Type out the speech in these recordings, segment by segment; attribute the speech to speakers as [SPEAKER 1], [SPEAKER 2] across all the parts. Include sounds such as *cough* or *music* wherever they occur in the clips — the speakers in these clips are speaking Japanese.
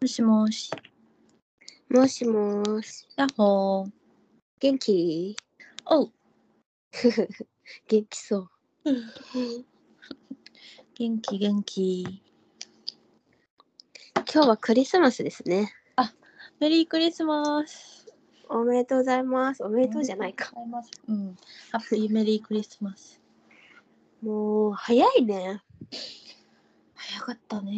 [SPEAKER 1] もしもし。
[SPEAKER 2] もしもーし、
[SPEAKER 1] やっほー。
[SPEAKER 2] 元気
[SPEAKER 1] おう。
[SPEAKER 2] 元気そう。
[SPEAKER 1] 元気元気。
[SPEAKER 2] 今日はクリスマスですね。
[SPEAKER 1] メリークリスマス。
[SPEAKER 2] おめでとうございます。おめでとうじゃないか。
[SPEAKER 1] おめでとうございます。うん。ハッピーメリークリスマス。
[SPEAKER 2] もう、早いね。
[SPEAKER 1] 早かったね。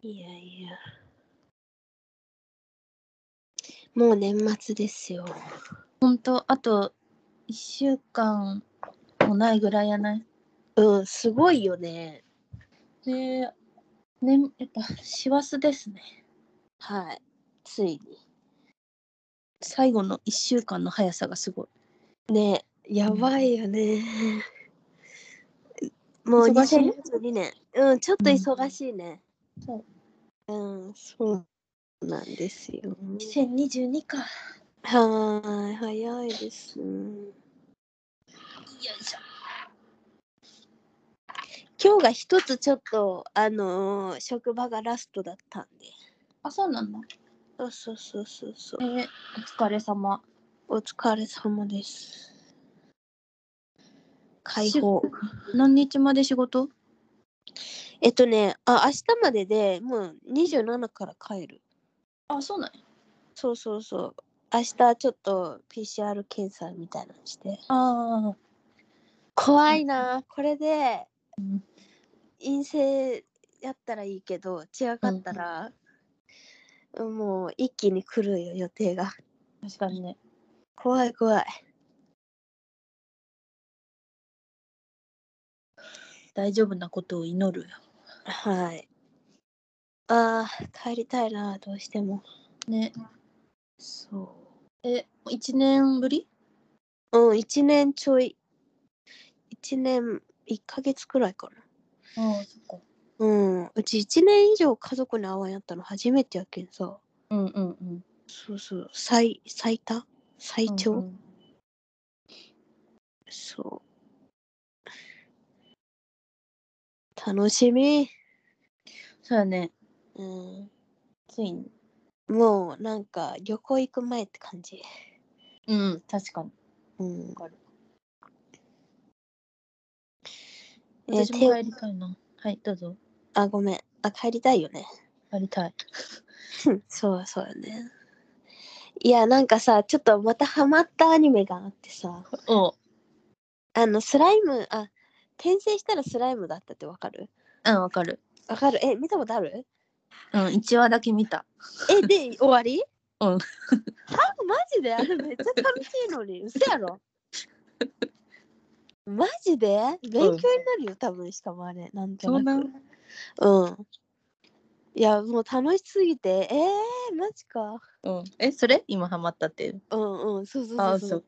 [SPEAKER 2] いやいや。もう年末ですよ。
[SPEAKER 1] ほんと、あと1週間もないぐらいやない。
[SPEAKER 2] うん、すごいよね。
[SPEAKER 1] ねえ。ね、やっぱ、師走ですね。
[SPEAKER 2] はい。つい
[SPEAKER 1] 最後の1週間の速さがすごい。
[SPEAKER 2] に。ね、やばいよね。もう
[SPEAKER 1] 忙しい
[SPEAKER 2] 2022年。うん、ちょっと忙しいね。
[SPEAKER 1] そう
[SPEAKER 2] うん、そうなんですよ。
[SPEAKER 1] 2022か。よ
[SPEAKER 2] はーい、早いです。
[SPEAKER 1] いしょ。
[SPEAKER 2] 今日が一つちょっと、あのー職場がラストだったんで。
[SPEAKER 1] あ、そうなんだ。
[SPEAKER 2] そうそうそうそうそう
[SPEAKER 1] え。ー、お疲れ様。
[SPEAKER 2] お疲れ様です。解放。
[SPEAKER 1] 何日まで仕事
[SPEAKER 2] えっとね、あ、明日まででもう27から帰る。
[SPEAKER 1] あ、そうなんや
[SPEAKER 2] そうそうそう。明日ちょっと PCR 検査みたいなのして。
[SPEAKER 1] ああ、
[SPEAKER 2] 怖いなあこれで陰性やったらいいけど違かったら、もう一気に来るよ予定が
[SPEAKER 1] 確かにね。
[SPEAKER 2] 怖い怖い
[SPEAKER 1] 大丈夫なことを祈るよ。
[SPEAKER 2] はいあー帰りたいなどうしても
[SPEAKER 1] ね。
[SPEAKER 2] そ
[SPEAKER 1] え、1年ぶり
[SPEAKER 2] ううん1年ちょい1年1ヶ月くらいかな
[SPEAKER 1] ああ、そっか。
[SPEAKER 2] うんうち1年以上家族に会わんやったの初めてやけんさ
[SPEAKER 1] うんうんうん。
[SPEAKER 2] そうそう最最多最長、
[SPEAKER 1] うんうん
[SPEAKER 2] そう。楽しみ。
[SPEAKER 1] そうやね。
[SPEAKER 2] うん。
[SPEAKER 1] ついに。
[SPEAKER 2] もうなんか旅行行く前って感じ。
[SPEAKER 1] うん、確かに。
[SPEAKER 2] うん。え
[SPEAKER 1] 私も
[SPEAKER 2] て
[SPEAKER 1] 帰りたいな。はい、どうぞ。
[SPEAKER 2] あ、ごめん。あ、帰りたいよね。
[SPEAKER 1] 帰りたい。
[SPEAKER 2] うん *laughs* そうそうよね。いや、なんかさ、ちょっとまたハマったアニメがあってさ、
[SPEAKER 1] おう。
[SPEAKER 2] あの、スライム、あ、転生したらスライムだったってわかる
[SPEAKER 1] うん、わかる。
[SPEAKER 2] わかるえ、見たことある
[SPEAKER 1] うん、1話だけ見た。
[SPEAKER 2] え、で、終わり
[SPEAKER 1] うん
[SPEAKER 2] はマジであれめっちゃ楽しいのに。嘘やろマジで勉強になるよ、多分しかもあれ。なんとなく。うん。いや、もう楽しすぎて。えー、マジか。
[SPEAKER 1] うん。え、それ今ハマったっていう。
[SPEAKER 2] うんうん、そうそう
[SPEAKER 1] あ
[SPEAKER 2] そ
[SPEAKER 1] あ、
[SPEAKER 2] う
[SPEAKER 1] そ
[SPEAKER 2] そう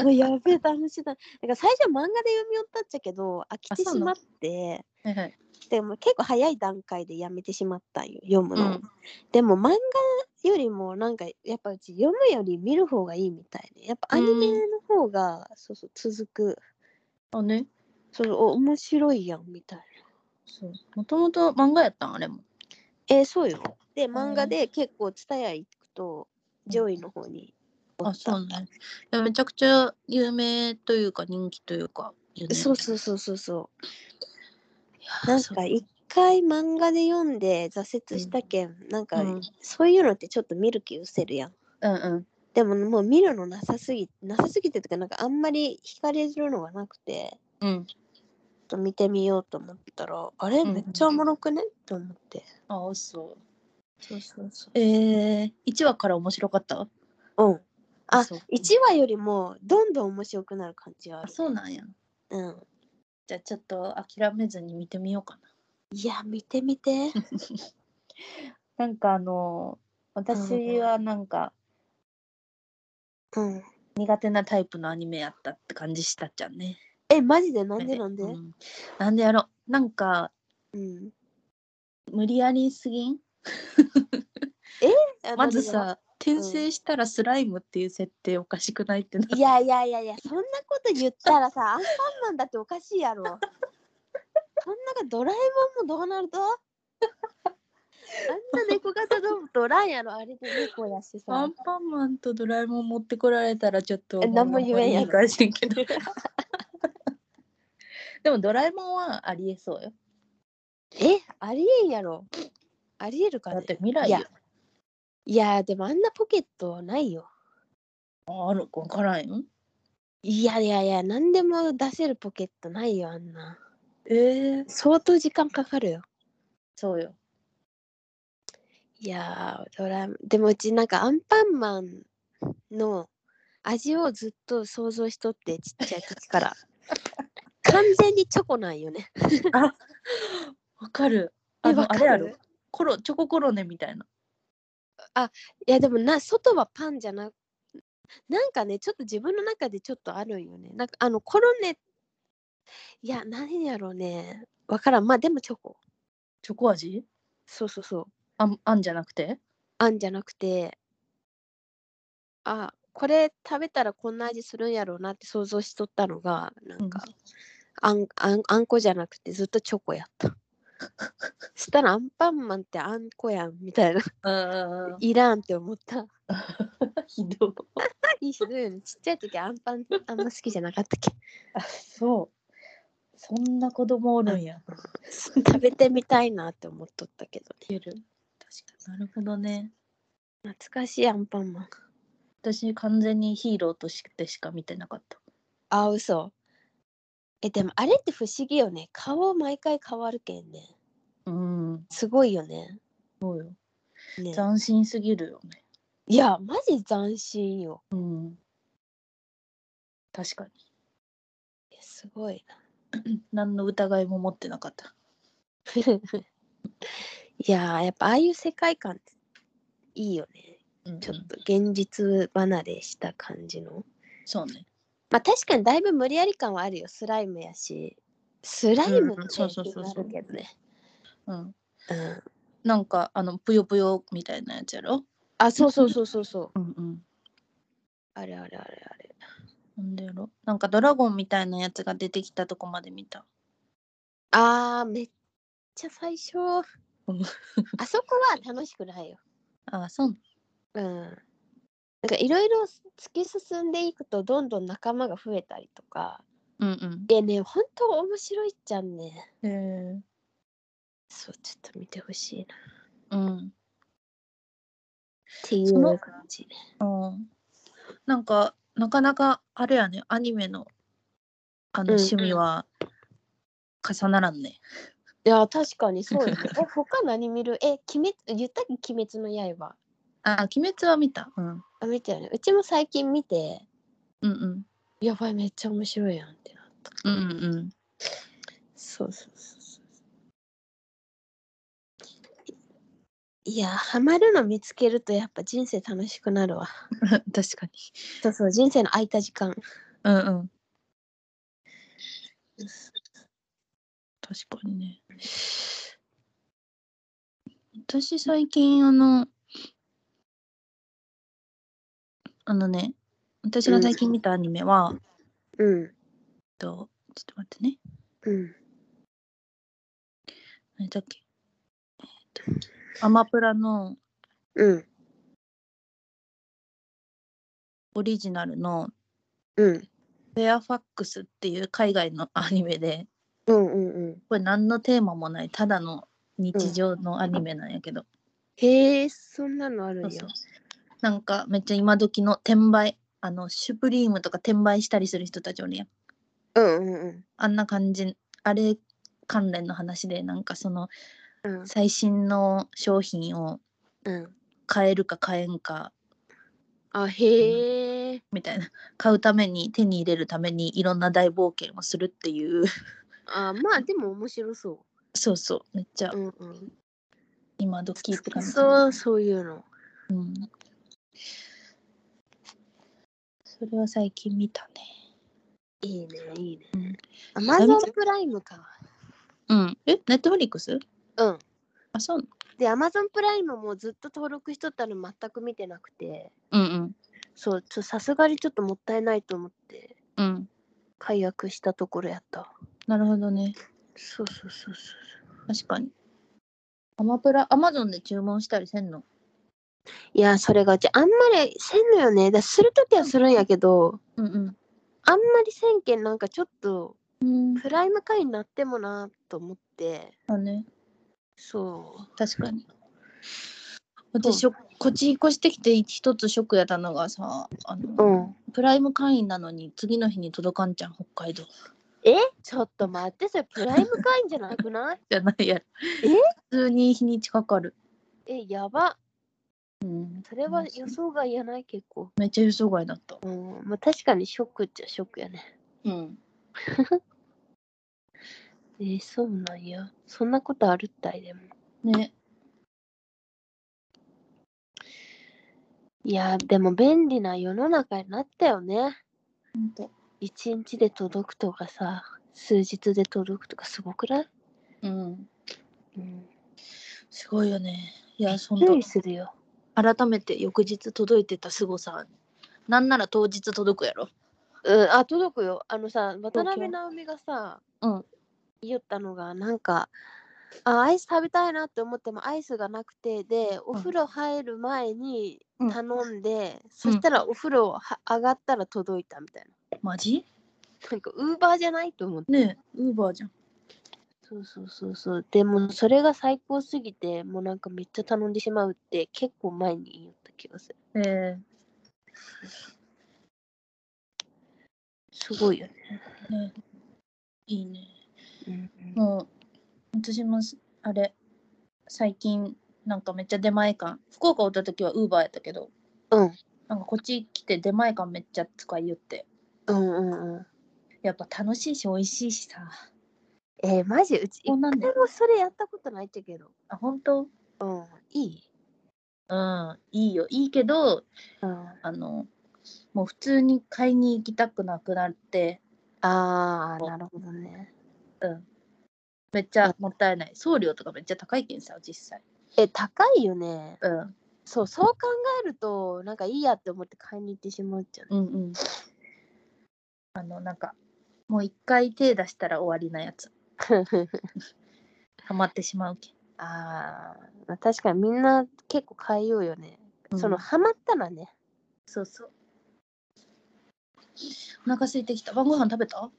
[SPEAKER 2] う。。もうやべえ、楽しいな。なんか最初漫画で読み寄ったっちゃけど、飽きて
[SPEAKER 1] あそう
[SPEAKER 2] し
[SPEAKER 1] な
[SPEAKER 2] ま
[SPEAKER 1] ん
[SPEAKER 2] って。
[SPEAKER 1] はいはい。
[SPEAKER 2] でも結構早い段階でやめてしまったんよ、読む
[SPEAKER 1] う
[SPEAKER 2] の。
[SPEAKER 1] ん。
[SPEAKER 2] でも漫画よりもなんかやっぱうち読むより見る方がいいみたいね。やっぱアニメの方が、そうそう続く。
[SPEAKER 1] あ、ね。
[SPEAKER 2] そのお面白いやんみたいな。
[SPEAKER 1] そう。もともと漫画やったんあれも。
[SPEAKER 2] えーそうよ。で漫画で結構ツタヤ行くと上位の方にお
[SPEAKER 1] あ、
[SPEAKER 2] っ
[SPEAKER 1] そ
[SPEAKER 2] た。
[SPEAKER 1] うね。いや、めちゃくちゃ有名というか、人気というか。よね
[SPEAKER 2] そうそうそうそうそう。
[SPEAKER 1] いやー
[SPEAKER 2] なん
[SPEAKER 1] そ
[SPEAKER 2] か一回漫画で読んで挫折したけん、なんか
[SPEAKER 1] うん
[SPEAKER 2] そういうのってちょっと見る気失せるやん。
[SPEAKER 1] うんうん。
[SPEAKER 2] でももう見るのなさすぎなさすぎてとかなんかあんまり惹かれるのがなくて。
[SPEAKER 1] うん。
[SPEAKER 2] ちょっと見てみようと思ったらあれ
[SPEAKER 1] うんうん
[SPEAKER 2] めっちゃおもろくねと思って
[SPEAKER 1] ああ、そう。
[SPEAKER 2] そうそうそ
[SPEAKER 1] えー、1話から面白かった
[SPEAKER 2] ううんあ
[SPEAKER 1] そう
[SPEAKER 2] 1話よりもどんどん面白くなる感じがあ
[SPEAKER 1] あ
[SPEAKER 2] る
[SPEAKER 1] そうなんや。
[SPEAKER 2] うん
[SPEAKER 1] じゃあちょっと諦めずに見てみようか
[SPEAKER 2] いや見てみて
[SPEAKER 1] な。なんかあのー私はなんか
[SPEAKER 2] うん
[SPEAKER 1] 苦手なタイプのアニメやったって感じしたっちゃね。
[SPEAKER 2] えマジでなんでなんで
[SPEAKER 1] うなんでやろなんか
[SPEAKER 2] うん
[SPEAKER 1] 無理やりすぎん
[SPEAKER 2] あ
[SPEAKER 1] まず
[SPEAKER 2] なんで
[SPEAKER 1] さ転生したらスライムっていう設定おかしくないってな、
[SPEAKER 2] だいやいやいやいやそんなこと言ったらさアンパンマンだって *laughs* おかしいやろそんなかドラえもんもどうなるとな猫型ドームとランやろあれで猫やし
[SPEAKER 1] ア
[SPEAKER 2] さ
[SPEAKER 1] ン *laughs* パンマンとドラえもん持ってこられたらちょっと
[SPEAKER 2] え何も言えんやろ
[SPEAKER 1] いいかしんけど *laughs* でもドラえもんはありえそうよ
[SPEAKER 2] えありえんやろありえるか
[SPEAKER 1] だ
[SPEAKER 2] な、
[SPEAKER 1] って未来よ
[SPEAKER 2] いやいやーでもあんなポケットはないよ
[SPEAKER 1] あるか分からんよ
[SPEAKER 2] いやいやいや何でも出せるポケットないよあんな
[SPEAKER 1] えー、
[SPEAKER 2] 相当時間かかるよ
[SPEAKER 1] そうよ
[SPEAKER 2] いやードラえもんでもうちなんかアンパンマンの味をずっと想像しとってちっちゃい時から完全にチョコなんよね
[SPEAKER 1] わかる
[SPEAKER 2] え
[SPEAKER 1] あの
[SPEAKER 2] わか
[SPEAKER 1] あ
[SPEAKER 2] る
[SPEAKER 1] れあるコロチョココロネみたいない
[SPEAKER 2] やでもな外はパンじゃななんかねちょっと自分の中でちょっとあるんよねなんかあのコロネいや何やろうねわからんまあでもチョコ
[SPEAKER 1] チョコ味
[SPEAKER 2] そうそうそう
[SPEAKER 1] あんあんじゃなくて
[SPEAKER 2] あんじゃなくてあこれ食べたらこんな味するんやろうなって想像しとったのがなんか、あんあんあんこじゃなくてずっとチョコやったしたらアンパンマンってあんこやんみたいな
[SPEAKER 1] あ
[SPEAKER 2] いらんって思った
[SPEAKER 1] あひどい
[SPEAKER 2] いいひどいよねちっちゃい時アンパンあんま好きじゃなかったっけ
[SPEAKER 1] あそうそんな子供おるんや
[SPEAKER 2] 食べてみたいなって思っとったけどね。
[SPEAKER 1] 確かになるほどね
[SPEAKER 2] 懐かしいアンパンマン。
[SPEAKER 1] 私完全にヒーローとしてしか見てなかった
[SPEAKER 2] あ、嘘。え、でもあれって不思議よね。顔毎回変わるけんね。
[SPEAKER 1] うん
[SPEAKER 2] すごいよね。そうよ。ね、
[SPEAKER 1] 斬新すぎるよね
[SPEAKER 2] いや、マジ斬新よ。
[SPEAKER 1] うん確かに
[SPEAKER 2] えすごいな。
[SPEAKER 1] 何の疑いも持ってなかった
[SPEAKER 2] いやー、やっぱああいう世界観っていいよね。ちょっと現実離れした感じの。
[SPEAKER 1] そうね
[SPEAKER 2] まあ確かにだいぶ無理やり感はあるよ。スライムやし。スライム
[SPEAKER 1] うんう
[SPEAKER 2] の
[SPEAKER 1] んそうそうそうそう
[SPEAKER 2] あるけどね。
[SPEAKER 1] うん
[SPEAKER 2] うん。
[SPEAKER 1] なんかあのぷよぷよみたいなやつやろ
[SPEAKER 2] あ、そうそうそうそうそう。
[SPEAKER 1] うんうん
[SPEAKER 2] あれあれあれあれ。
[SPEAKER 1] なんでやろなんかドラゴンみたいなやつが出てきたとこまで見た
[SPEAKER 2] あー、めっちゃ最 *laughs* 初。
[SPEAKER 1] うん
[SPEAKER 2] あそこは楽しくないよ。
[SPEAKER 1] あそう
[SPEAKER 2] うん。なんかいろいろ突き進んでいくとどんどん仲間が増えたりとか。
[SPEAKER 1] うん
[SPEAKER 2] でね、本当面白いじゃんね。
[SPEAKER 1] うんへえ
[SPEAKER 2] そう、ちょっと見てほしいな。っ
[SPEAKER 1] うん
[SPEAKER 2] てい
[SPEAKER 1] そうの
[SPEAKER 2] 感じ。
[SPEAKER 1] うんなんかなかなかあれやねアニメのあの
[SPEAKER 2] うん
[SPEAKER 1] 趣味は重ならんね、
[SPEAKER 2] いや、確かに *laughs* そうよね。え、他何見るえ、鬼滅、言ったっけ鬼滅の刃。
[SPEAKER 1] あ鬼滅は見た、うん、
[SPEAKER 2] あ、見たよね。うちも最近見て、
[SPEAKER 1] うんうん
[SPEAKER 2] やばい、めっちゃ面白いやんってなった。
[SPEAKER 1] うんうん
[SPEAKER 2] そうそうそうそう。いや、ハマるの見つけるとやっぱ人生楽しくなるわ。
[SPEAKER 1] *laughs* 確かに
[SPEAKER 2] そうそう、人生の空いた時間。
[SPEAKER 1] うんうん確かにね私最近あのあのね私が最近見たアニメは、えっ
[SPEAKER 2] うん。
[SPEAKER 1] とちょっと待ってね
[SPEAKER 2] うん。
[SPEAKER 1] 何だっけ、えっと、アマプラの
[SPEAKER 2] うん。
[SPEAKER 1] オリジナルの
[SPEAKER 2] うん。
[SPEAKER 1] フェアファックスっていう海外のアニメで、
[SPEAKER 2] うんうんうん。
[SPEAKER 1] これ何のテーマもない、ただの日常のアニメなんやけど、
[SPEAKER 2] へえ、そんなのある
[SPEAKER 1] そ
[SPEAKER 2] ん
[SPEAKER 1] う
[SPEAKER 2] や
[SPEAKER 1] そう。なんかめっちゃ今時の転売、あの、シュプリームとか転売したりする人たちおるやん。
[SPEAKER 2] うんうん
[SPEAKER 1] あんな感じ、あれ関連の話で、なんかその
[SPEAKER 2] うん。
[SPEAKER 1] 最新の商品を
[SPEAKER 2] うん。うん。
[SPEAKER 1] 買えるか買えんか
[SPEAKER 2] あ、へえ。
[SPEAKER 1] みたいな、買うために手に入れるためにいろんな大冒険をするっていう、
[SPEAKER 2] あ、まあでも面白そ
[SPEAKER 1] そうそう、めっちゃ
[SPEAKER 2] う。うんうん。
[SPEAKER 1] 今時って感じ。
[SPEAKER 2] そう、そういうの。
[SPEAKER 1] うん。それは最近見たね。
[SPEAKER 2] いいね、いいね
[SPEAKER 1] うん。
[SPEAKER 2] アマゾンプライムか。
[SPEAKER 1] うん。え、ネットフリックス
[SPEAKER 2] うん。
[SPEAKER 1] あ、そう
[SPEAKER 2] で、アマゾンプライムもずっと登録しとったの全く見てなくて、
[SPEAKER 1] うんうん。
[SPEAKER 2] そう、ちょさすがにちょっともったいないと思って、
[SPEAKER 1] うん。
[SPEAKER 2] 解約したところやった。
[SPEAKER 1] なるほどね。
[SPEAKER 2] そうそうそうそう。
[SPEAKER 1] 確かに。アマプラ、アマゾンで注文したりせんの
[SPEAKER 2] いや、それがうちあんまりせんのよね。だするときはするんやけど、
[SPEAKER 1] うん
[SPEAKER 2] あんまりせんけんなんかちょっと
[SPEAKER 1] うん。
[SPEAKER 2] プライム会になってもなと思って、
[SPEAKER 1] だね。
[SPEAKER 2] そう。
[SPEAKER 1] 確かに。
[SPEAKER 2] そう
[SPEAKER 1] 私、ショこっち引っ越してきて一つショックやったのがさ、あの、
[SPEAKER 2] うん。
[SPEAKER 1] プライム会員なのに次の日に届かんじゃん、北海道。 *laughs*
[SPEAKER 2] えちょっと待って、それプライム会員じゃなくない *laughs*
[SPEAKER 1] じゃないやろ。
[SPEAKER 2] え
[SPEAKER 1] 普通に日にちかかる。
[SPEAKER 2] え、やば。
[SPEAKER 1] うん。
[SPEAKER 2] それは予想外やない、結構。
[SPEAKER 1] めっちゃ予想外だった。
[SPEAKER 2] うん。まあ、確かにショックっちゃショックやね。
[SPEAKER 1] うん。
[SPEAKER 2] えーそうなんや。そんなことあるったいでも。
[SPEAKER 1] ね。
[SPEAKER 2] いや、でも便利な世の中になったよね。
[SPEAKER 1] ほんと。
[SPEAKER 2] 一日で届くとかさ、数日で届くとかすごくない
[SPEAKER 1] うん。
[SPEAKER 2] うん。
[SPEAKER 1] すごいよね。いや、そん
[SPEAKER 2] びっく
[SPEAKER 1] と
[SPEAKER 2] りするよ。
[SPEAKER 1] 改めて翌日届いてた凄さ。なんなら当日届くやろ。
[SPEAKER 2] うん、あ、届くよ。あのさ、渡
[SPEAKER 1] 東京
[SPEAKER 2] 辺直美がさ、
[SPEAKER 1] うん。
[SPEAKER 2] 言ったのが、なんか、あアイス食べたいなって思ってもアイスがなくてでお風呂入る前に
[SPEAKER 1] うん
[SPEAKER 2] 頼んで、そしたらお風呂は上がったら届いたみたいな
[SPEAKER 1] マジ
[SPEAKER 2] なんかウーバーじゃないと思って
[SPEAKER 1] ねえ、ウーバーじゃん。
[SPEAKER 2] そうそうそうそうでもそれが最高すぎてもうなんかめっちゃ頼んでしまうって結構前に言った気がする
[SPEAKER 1] え
[SPEAKER 2] すごいよね、
[SPEAKER 1] えねえいいね。
[SPEAKER 2] うんうん、
[SPEAKER 1] もう、私もす、あれ、最近、なんかめっちゃ出前感。福岡おった時はウーバーやったけど、
[SPEAKER 2] うん
[SPEAKER 1] なんかこっち来て出前感めっちゃ使いよって。
[SPEAKER 2] うんうんうん
[SPEAKER 1] やっぱ楽しいし、美味しいしさ。
[SPEAKER 2] えー、マジうち一
[SPEAKER 1] そう
[SPEAKER 2] 回
[SPEAKER 1] なんだよ
[SPEAKER 2] もそれやったことないっちゃけど
[SPEAKER 1] あ、本当
[SPEAKER 2] うんいい
[SPEAKER 1] うん、いいよ。いいけど、
[SPEAKER 2] うん
[SPEAKER 1] あの、もう普通に買いに行きたくなくなって、
[SPEAKER 2] ああなるほどね
[SPEAKER 1] うん。めっちゃもったいない。送料とかめっちゃ高いけんさ、実際。
[SPEAKER 2] え高いよね
[SPEAKER 1] うん。
[SPEAKER 2] そうそう考えるとなんかいいやって思って買いに行ってしまうじゃん
[SPEAKER 1] *laughs* うんうん。あの、なんか、もう一回手出したら終わりなやつ。ハマってしまうけん。
[SPEAKER 2] あーまあ確かにみんな結構買いようよね、その
[SPEAKER 1] うん
[SPEAKER 2] ハマったらね
[SPEAKER 1] そうそう。お腹空いてきた。晩ご飯食べた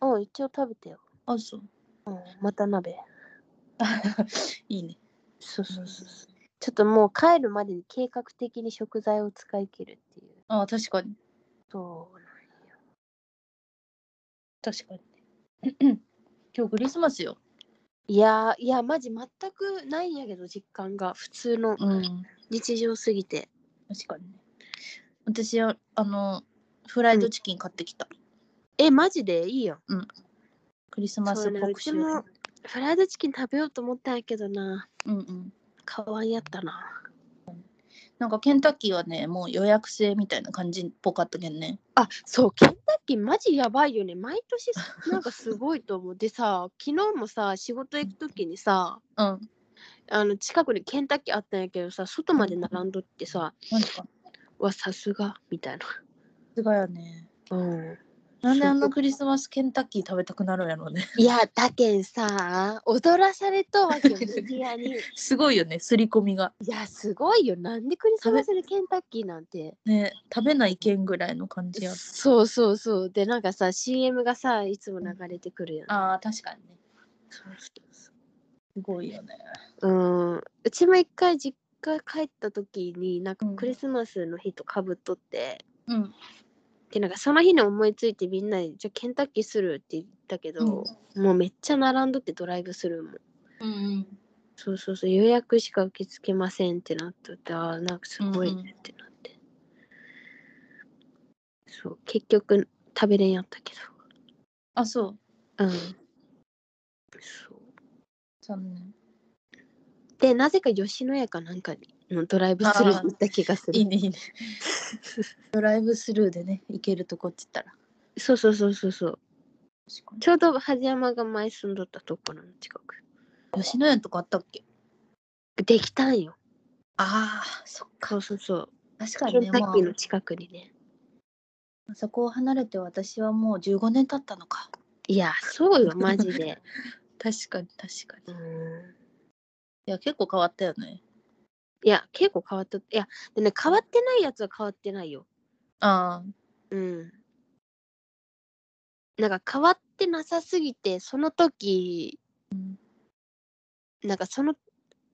[SPEAKER 2] うん一応食べてよ、
[SPEAKER 1] あ、そう。
[SPEAKER 2] うん、また鍋
[SPEAKER 1] *laughs* いいね。
[SPEAKER 2] そうそうそうそうちょっともう帰るまでに計画的に食材を使い切るっていう
[SPEAKER 1] あ、確かに。
[SPEAKER 2] そう
[SPEAKER 1] 確かに。 *clears throat* 今日クリスマスよ。
[SPEAKER 2] いやーいやマジ全くないんやけど実感が普通の
[SPEAKER 1] うん。
[SPEAKER 2] 日常すぎて、
[SPEAKER 1] 確かにね。私は、あの、フライドチキン買ってきた。
[SPEAKER 2] えマジでいいよ
[SPEAKER 1] クリスマス
[SPEAKER 2] そう
[SPEAKER 1] っ
[SPEAKER 2] ね
[SPEAKER 1] ぽくしよう
[SPEAKER 2] うちフライドチキン食べようと思ったんやけどな
[SPEAKER 1] うんうん。
[SPEAKER 2] 可愛やったな
[SPEAKER 1] なんかケンタッキーはね、もう予約制みたいな感じっぽかったけんね。
[SPEAKER 2] あそうケンタッキーマジやばいよね毎年なんかすごいと思うでさ昨日もさ仕事行く時にさ
[SPEAKER 1] うん。
[SPEAKER 2] あの近くにケンタッキーあったんやけどさ外まで並んどってさ
[SPEAKER 1] なんか、
[SPEAKER 2] わさすがみたい
[SPEAKER 1] すごいよね。
[SPEAKER 2] なうん
[SPEAKER 1] なんであんなクリスマスケンタッキー食べたくなるんやろう *laughs* ね。
[SPEAKER 2] いやだけんさ踊らされとうわけよメデ
[SPEAKER 1] *laughs*
[SPEAKER 2] ィアにい
[SPEAKER 1] すごいよね、刷り込みが。
[SPEAKER 2] やすごいよなんでクリスマスにケンタッキーなんて
[SPEAKER 1] ね、食べないけんぐらいの感じや。
[SPEAKER 2] そうそうそうでなんかさ CM がさいつも流れてくるやん
[SPEAKER 1] ああ、確かにね。
[SPEAKER 2] そうそうそう
[SPEAKER 1] すごいよね。
[SPEAKER 2] うん、うちも一回実家帰った時になんか
[SPEAKER 1] うん
[SPEAKER 2] クリスマスの日とかぶっとって、
[SPEAKER 1] うん。
[SPEAKER 2] でなんかその日に思いついてみんなで「じゃあケンタッキーする」って言ったけど、もうめっちゃ並んどってドライブするもん
[SPEAKER 1] うん。
[SPEAKER 2] そうそうそう予約しか受け付けませんってなっとってあーなんかすごいねってなって、そう結局食べれんやったけ
[SPEAKER 1] あ、そう。
[SPEAKER 2] どうんそう
[SPEAKER 1] 残念。
[SPEAKER 2] でなぜか吉野家かなんかのドライブスルー行った気がする
[SPEAKER 1] いいね、いいね。ドライブスルーでね、行けるとこっつったら。
[SPEAKER 2] そうそうそうそうそう
[SPEAKER 1] 確かに
[SPEAKER 2] ちょうど端山が前住んどったところの近く。
[SPEAKER 1] 吉野家とかあったっけ
[SPEAKER 2] できたんよ。
[SPEAKER 1] ああ、そっ
[SPEAKER 2] そ
[SPEAKER 1] か。
[SPEAKER 2] うそうそう。
[SPEAKER 1] 確か
[SPEAKER 2] ケ
[SPEAKER 1] にね、
[SPEAKER 2] ンタ
[SPEAKER 1] ま
[SPEAKER 2] ッキーの近くにね。
[SPEAKER 1] あ、そこを離れて私はもう15年経ったのか。
[SPEAKER 2] いや、そうよ、マジで。
[SPEAKER 1] 確かに、確かに。
[SPEAKER 2] うん。
[SPEAKER 1] いや、結構変わったよね。
[SPEAKER 2] いや、結構変わった。いや、でね、変わってないやつは変わってないよ。
[SPEAKER 1] ああ、
[SPEAKER 2] うん。なんか変わってなさすぎて、その時、
[SPEAKER 1] うん
[SPEAKER 2] なんかその、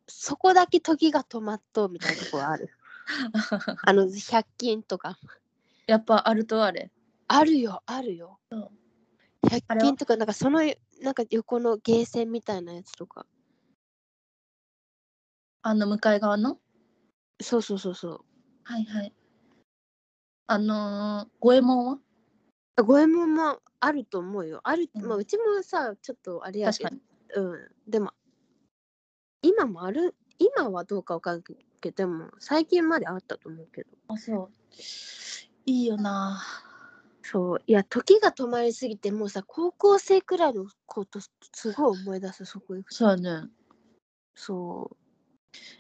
[SPEAKER 2] そこだけ時が止まっとうみたいなとこはあ
[SPEAKER 1] *laughs*
[SPEAKER 2] る。あの、100均とか。
[SPEAKER 1] *laughs* やっぱあるとあれ。
[SPEAKER 2] あるよ、あるよ。
[SPEAKER 1] そうあ
[SPEAKER 2] 100
[SPEAKER 1] れは
[SPEAKER 2] 均とか、なんかその、なんか横のゲーセンみたいなやつとか。
[SPEAKER 1] あの、向かい側の
[SPEAKER 2] そうそうそうそう。
[SPEAKER 1] はいはい。あのー、五右衛門は
[SPEAKER 2] あ五右衛門もあると思うよ。ある、
[SPEAKER 1] うん
[SPEAKER 2] まあ、うちもさ、ちょっとあれや
[SPEAKER 1] 確
[SPEAKER 2] け
[SPEAKER 1] か
[SPEAKER 2] ど、
[SPEAKER 1] に。
[SPEAKER 2] うん。でも、今もある、今はどうかわかんないけど、でも、最近まであったと思うけど。
[SPEAKER 1] あ、そう。いいよな
[SPEAKER 2] そう、いや、時が止まりすぎて、もうさ、高校生くらいのこと、すごい思い出す、そこ行くと。
[SPEAKER 1] そうやね。
[SPEAKER 2] そ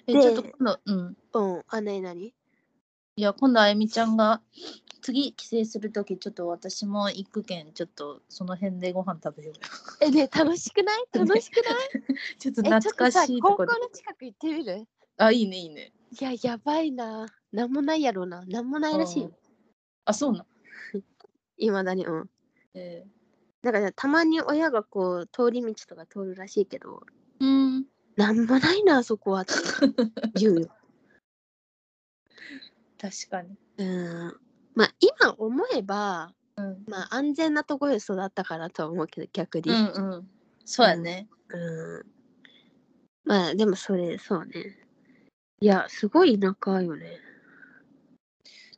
[SPEAKER 1] え、
[SPEAKER 2] で
[SPEAKER 1] ちょっと今度、うん。
[SPEAKER 2] う。うん、あ、なになに
[SPEAKER 1] いや、今度あゆみちゃんが次帰省するとき、ちょっと私も行くけん、ちょっとその辺でご飯食べようよ。 *laughs*
[SPEAKER 2] え、 *laughs* ねえ楽しくない楽しくない
[SPEAKER 1] ちょっと
[SPEAKER 2] え、ちょ
[SPEAKER 1] 懐
[SPEAKER 2] っと
[SPEAKER 1] か
[SPEAKER 2] さ、
[SPEAKER 1] しいと
[SPEAKER 2] 高校
[SPEAKER 1] こで。
[SPEAKER 2] の近く行ってみる
[SPEAKER 1] あ、いいね、いいね。
[SPEAKER 2] いや、やばいな。なんもないやろうな。なんもないらしいよ。
[SPEAKER 1] あ、そうなん。
[SPEAKER 2] いまだに、うん。
[SPEAKER 1] え
[SPEAKER 2] だから、たまに親がこう、通り道とか通るらしいけど、
[SPEAKER 1] ー、うん。
[SPEAKER 2] なんもないな、あそ *laughs* こはって言うよ。
[SPEAKER 1] 確かに。
[SPEAKER 2] うん。まあ、今思えば、
[SPEAKER 1] うん。
[SPEAKER 2] まあ、安全なところで育ったからとは思うけど、逆に。
[SPEAKER 1] うんうん。そうやね。
[SPEAKER 2] うんまあでもそれそうね。いやすごい田舎よね。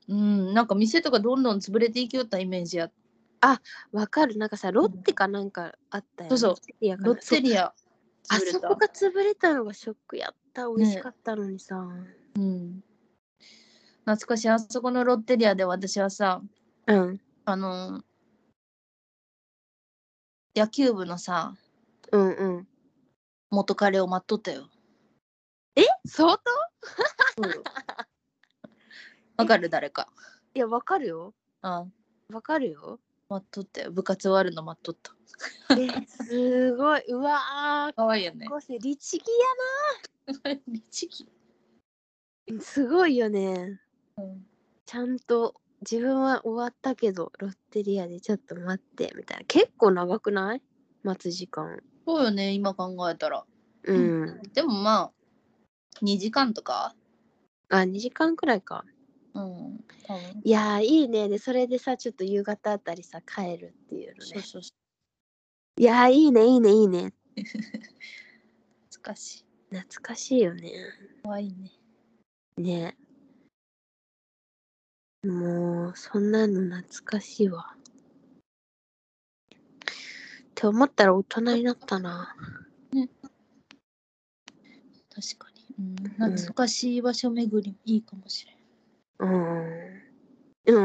[SPEAKER 1] うん。なんか店とかどんどん潰れていきよったイメージや。
[SPEAKER 2] わかるなんかさロッテかなんかあったよ、ね
[SPEAKER 1] そうそう
[SPEAKER 2] テリアかな
[SPEAKER 1] ロッテリア。
[SPEAKER 2] そうあ
[SPEAKER 1] 潰れ
[SPEAKER 2] そ
[SPEAKER 1] た
[SPEAKER 2] こが潰れたのがショックやった美味しかったのにさ、
[SPEAKER 1] うん。懐かしい。あそこのロッテリアで私はさ、
[SPEAKER 2] うん
[SPEAKER 1] あのー野球部のさ、
[SPEAKER 2] うんうん
[SPEAKER 1] 元彼を待っとったよ。
[SPEAKER 2] 相当
[SPEAKER 1] そうよわかる誰か。
[SPEAKER 2] いやわかるよ
[SPEAKER 1] あ
[SPEAKER 2] わかるよ
[SPEAKER 1] 待っとったよ。部活終わるの待っとった。
[SPEAKER 2] えすごいうわー
[SPEAKER 1] かわいい *laughs* よね
[SPEAKER 2] 高。校生律儀
[SPEAKER 1] 律儀。
[SPEAKER 2] やすごいよね
[SPEAKER 1] うん
[SPEAKER 2] ちゃんと自分は終わったけどロッテリアでちょっと待ってみたいな結構長くない待つ時間
[SPEAKER 1] そうよね、今考えたら。
[SPEAKER 2] うん。
[SPEAKER 1] でもまあ、2時間とか
[SPEAKER 2] あ、2時間くらいか。
[SPEAKER 1] うん、多分。
[SPEAKER 2] いやー、いいね。で、それでさ、ちょっと夕方あたりさ、帰るっていうの
[SPEAKER 1] そう
[SPEAKER 2] ね。
[SPEAKER 1] そうそう。
[SPEAKER 2] いやー、いいね、いいね、いいね。
[SPEAKER 1] 懐かしい。
[SPEAKER 2] 懐かしいよね。
[SPEAKER 1] かわいいね。
[SPEAKER 2] ね。もう、そんなの懐かしいわ。って思ったら大人になったな。
[SPEAKER 1] 確かに。うん、懐かしい場所巡り、いいかもしれん。
[SPEAKER 2] うん。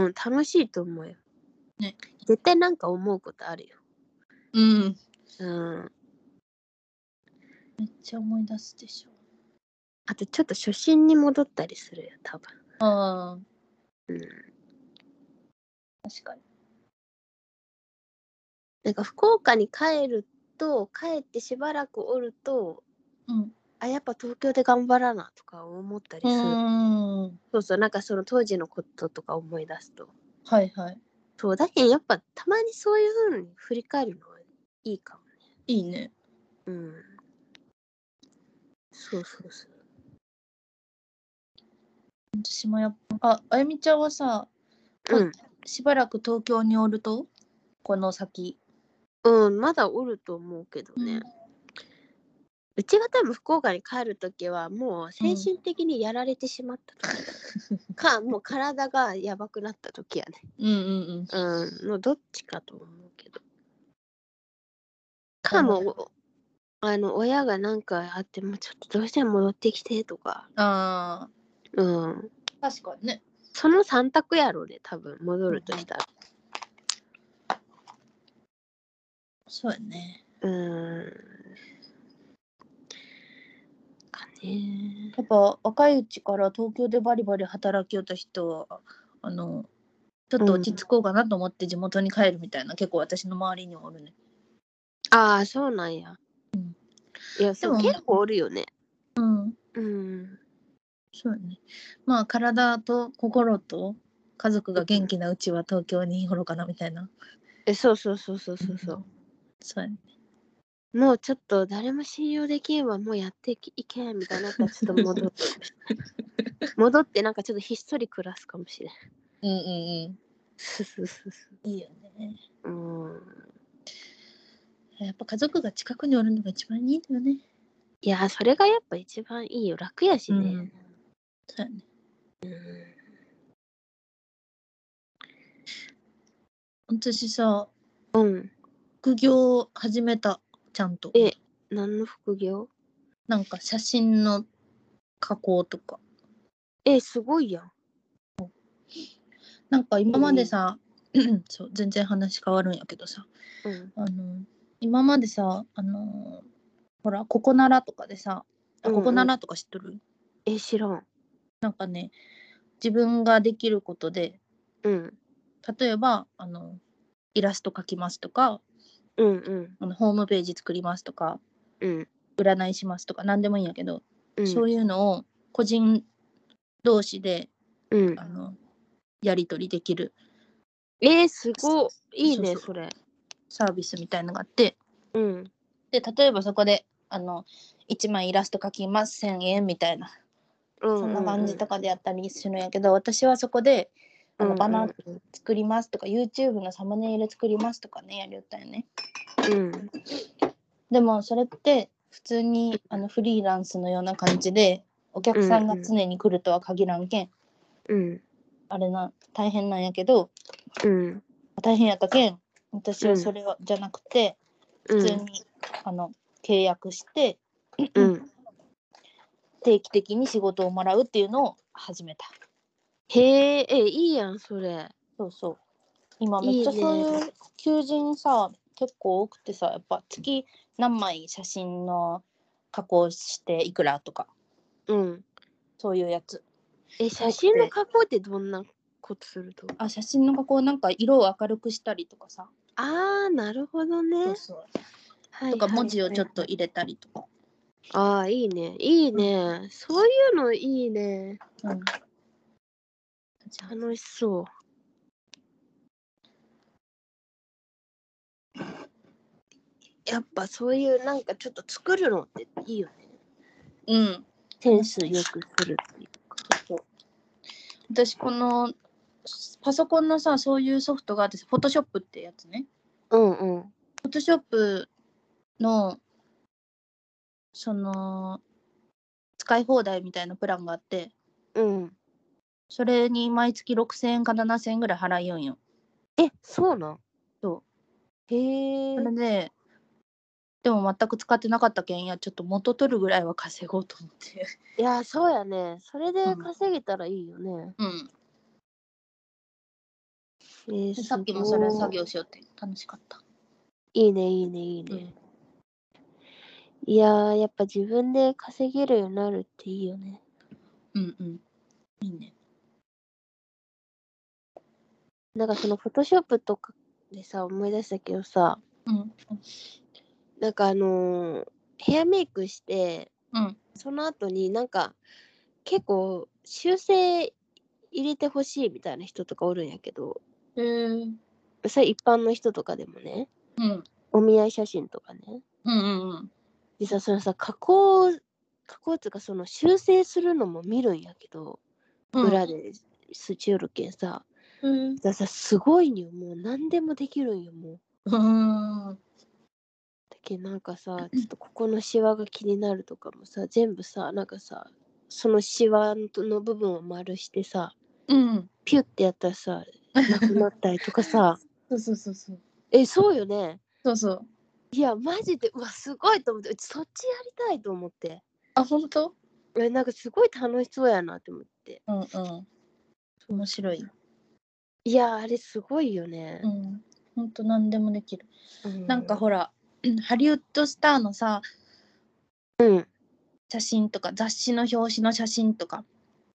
[SPEAKER 2] うん、楽しいと思うよ。
[SPEAKER 1] ね。
[SPEAKER 2] 絶対なんか思うことあるよ。
[SPEAKER 1] うん。
[SPEAKER 2] うん。
[SPEAKER 1] めっちゃ思い出すでしょ。
[SPEAKER 2] あと、ちょっと初心に戻ったりするよ、多分。
[SPEAKER 1] ああ、
[SPEAKER 2] うん。
[SPEAKER 1] 確かに。
[SPEAKER 2] なんか福岡に帰ると帰ってしばらくおると
[SPEAKER 1] うん。
[SPEAKER 2] あやっぱ東京で頑張らなとか思ったりする、
[SPEAKER 1] うん。
[SPEAKER 2] そうそうなんかその当時のこととか思い出すと
[SPEAKER 1] はいはい。
[SPEAKER 2] そうだけどやっぱたまにそういう風に振り返るのはいいかもね
[SPEAKER 1] いいね。
[SPEAKER 2] うんそうそうそう
[SPEAKER 1] 私もやっぱ、あ、あゆみちゃんはさ、
[SPEAKER 2] うん
[SPEAKER 1] しばらく東京におるとこの先。
[SPEAKER 2] うん、まだおると思うけどね、うちが多分福岡に帰る時はもう精神的にやられてしまった時、かもう体がやばくなった時やね
[SPEAKER 1] うんうんうん。
[SPEAKER 2] うん、のどっちかと思うけど。かも、おあの、親がなんかあっても、ちょっとどうしても戻ってきてとか、
[SPEAKER 1] ああ、
[SPEAKER 2] うん。
[SPEAKER 1] 確かにね。
[SPEAKER 2] その3択やろうね、多分、戻るとしたら。
[SPEAKER 1] そうやね。
[SPEAKER 2] うん。かね。
[SPEAKER 1] やっぱ若いうちから東京でバリバリ働きよった人は、あの、ちょっと落ち着こうかなと思って地元に帰るみたいな、結構私の周りにはおるね。
[SPEAKER 2] ああ、そうなんや。いや、そう
[SPEAKER 1] でも
[SPEAKER 2] 結構おるよね。
[SPEAKER 1] うそうよね。まあ体と心と家族が元気なうちは東京におろうかなみたいな。
[SPEAKER 2] えそうそうそうそうそうそう。
[SPEAKER 1] そうやね。
[SPEAKER 2] もうちょっと誰も信用できんわもうやっていけいけみたいになったらちょっと戻って
[SPEAKER 1] *laughs*
[SPEAKER 2] 戻ってなんかちょっとひっそり暮らすかもしれん。
[SPEAKER 1] うんうん
[SPEAKER 2] すすすす
[SPEAKER 1] うん。いいよね。
[SPEAKER 2] うん
[SPEAKER 1] やっぱ家族が近くにおるのが一番いいんだよね。
[SPEAKER 2] いやそれがやっぱ一番いいよ楽やしね、
[SPEAKER 1] うんそうやね。私さ、
[SPEAKER 2] うん
[SPEAKER 1] 副業始めた、ちゃんと。
[SPEAKER 2] え何の副業
[SPEAKER 1] なんか写真の加工とか。
[SPEAKER 2] えすごいやん
[SPEAKER 1] なんか今までさ、 *clears throat* そう全然話変わるんやけどさ、
[SPEAKER 2] うん
[SPEAKER 1] あの今までさ、あのほら、ここならとかでさ、あ
[SPEAKER 2] うんうん
[SPEAKER 1] ここならとか知っとる、
[SPEAKER 2] え知らん
[SPEAKER 1] なんかね、自分ができることで、
[SPEAKER 2] うん
[SPEAKER 1] 例えば、あのイラスト描きますとか、
[SPEAKER 2] うんうん
[SPEAKER 1] あのホームページ作りますとか、
[SPEAKER 2] うん
[SPEAKER 1] 占いしますとか、何でもいいんやけど、
[SPEAKER 2] うん
[SPEAKER 1] そういうのを個人同士で、
[SPEAKER 2] うん
[SPEAKER 1] あのやり取りできる
[SPEAKER 2] えー、すごいいい
[SPEAKER 1] そう
[SPEAKER 2] ね
[SPEAKER 1] そう
[SPEAKER 2] それ
[SPEAKER 1] サービスみたいのがあって、
[SPEAKER 2] うん
[SPEAKER 1] で例えばそこであの1枚イラスト描きます1,000円みたいな
[SPEAKER 2] うん
[SPEAKER 1] そんな感じと
[SPEAKER 2] か
[SPEAKER 1] かでやったりするんやけど、私はそこであのバナー
[SPEAKER 2] うん
[SPEAKER 1] 作りますとか、YouTube のサムネイル作りますとかねやりよったよね
[SPEAKER 2] うん
[SPEAKER 1] でもそれって普通にあのフリーランスのような感じでお客さんが常に来るとは限らんけん、
[SPEAKER 2] うん
[SPEAKER 1] あれな大変なんやけど
[SPEAKER 2] うん
[SPEAKER 1] 大変やったけん私はそれは、じゃなくて
[SPEAKER 2] うん
[SPEAKER 1] 普通に、あの契約して
[SPEAKER 2] うん
[SPEAKER 1] 定期的に仕事をもらうっていうのを始めた
[SPEAKER 2] へええいいやんそれ
[SPEAKER 1] そうそう。今めっちゃ
[SPEAKER 2] いいね
[SPEAKER 1] そういう求人さ、結構多くてさ、やっぱ月何枚写真の加工していくらとか、
[SPEAKER 2] うん
[SPEAKER 1] そういうやつ。
[SPEAKER 2] え写真の加工ってどんなことすると
[SPEAKER 1] あ、写真の加工なんか色を明るくしたりとかさ、
[SPEAKER 2] あーなるほどね
[SPEAKER 1] そうそう
[SPEAKER 2] はい
[SPEAKER 1] とか
[SPEAKER 2] はい
[SPEAKER 1] 文字をちょっと
[SPEAKER 2] はい
[SPEAKER 1] 入れたりとか。
[SPEAKER 2] ああいいねいいねそういうのいいね
[SPEAKER 1] うん
[SPEAKER 2] 楽しそうやっぱそういうなんかちょっと作るのっていいよね
[SPEAKER 1] うん、
[SPEAKER 2] センスよくするっていう
[SPEAKER 1] そうそう私このパソコンのさ、そういうソフトがあって、フォトショップってやつね。
[SPEAKER 2] うんうん
[SPEAKER 1] フォトショップのその使い放題みたいなプランがあって
[SPEAKER 2] うん
[SPEAKER 1] それに毎月6,000円か7,000円ぐらい払いよんよ。
[SPEAKER 2] えそうなん
[SPEAKER 1] そ
[SPEAKER 2] へえ
[SPEAKER 1] それででも全く使ってなかったけんいやちょっと元取るぐらいは稼ごうと思って。
[SPEAKER 2] いやそうやねそれで稼げたらいいよね、
[SPEAKER 1] うん、
[SPEAKER 2] え
[SPEAKER 1] *laughs*
[SPEAKER 2] ー
[SPEAKER 1] でさっきもそれ作業
[SPEAKER 2] す
[SPEAKER 1] しようって楽しかった。
[SPEAKER 2] ごいいいねいいねいいね、いやーやっぱ自分で稼げるようになるっていいよね
[SPEAKER 1] うんうん。いいね。
[SPEAKER 2] なんかそのフォトショップとかでさ思い出したけどさ
[SPEAKER 1] うん
[SPEAKER 2] なんかあのーヘアメイクして
[SPEAKER 1] うん
[SPEAKER 2] その後になんか結構修正入れてほしいみたいな人とかおるんやけど
[SPEAKER 1] へー
[SPEAKER 2] それ一般の人とかでもね
[SPEAKER 1] うん
[SPEAKER 2] お見合い写真とかね
[SPEAKER 1] うんうんうん
[SPEAKER 2] でさそのさ加工加工っていうかその修正するのも見るんやけど、
[SPEAKER 1] うん。
[SPEAKER 2] 裏でスチュールけんさ
[SPEAKER 1] うん
[SPEAKER 2] だからさすごいんよもう何でもできるんよもう
[SPEAKER 1] うん
[SPEAKER 2] だけどなんかさちょっとここのシワが気になるとかもさ全部さなんかさそのシワの部分を丸してさ
[SPEAKER 1] うん。
[SPEAKER 2] ピュッてやったらさなくなったりと
[SPEAKER 1] *laughs*
[SPEAKER 2] かさ
[SPEAKER 1] そうそうそうそう。
[SPEAKER 2] えそうよね
[SPEAKER 1] そうそう。
[SPEAKER 2] いやマジでうわすごいと思ってうちそっちやりたいと思って
[SPEAKER 1] あ本当？
[SPEAKER 2] えなんかすごい楽しそうやなって思って
[SPEAKER 1] うんうん。面白い。
[SPEAKER 2] いやあれすごいよね
[SPEAKER 1] う、ん。本当何でもできる。
[SPEAKER 2] う
[SPEAKER 1] なんかほら、ハリウッドスターのさ、
[SPEAKER 2] うん
[SPEAKER 1] 写真とか雑誌の表紙の写真とか、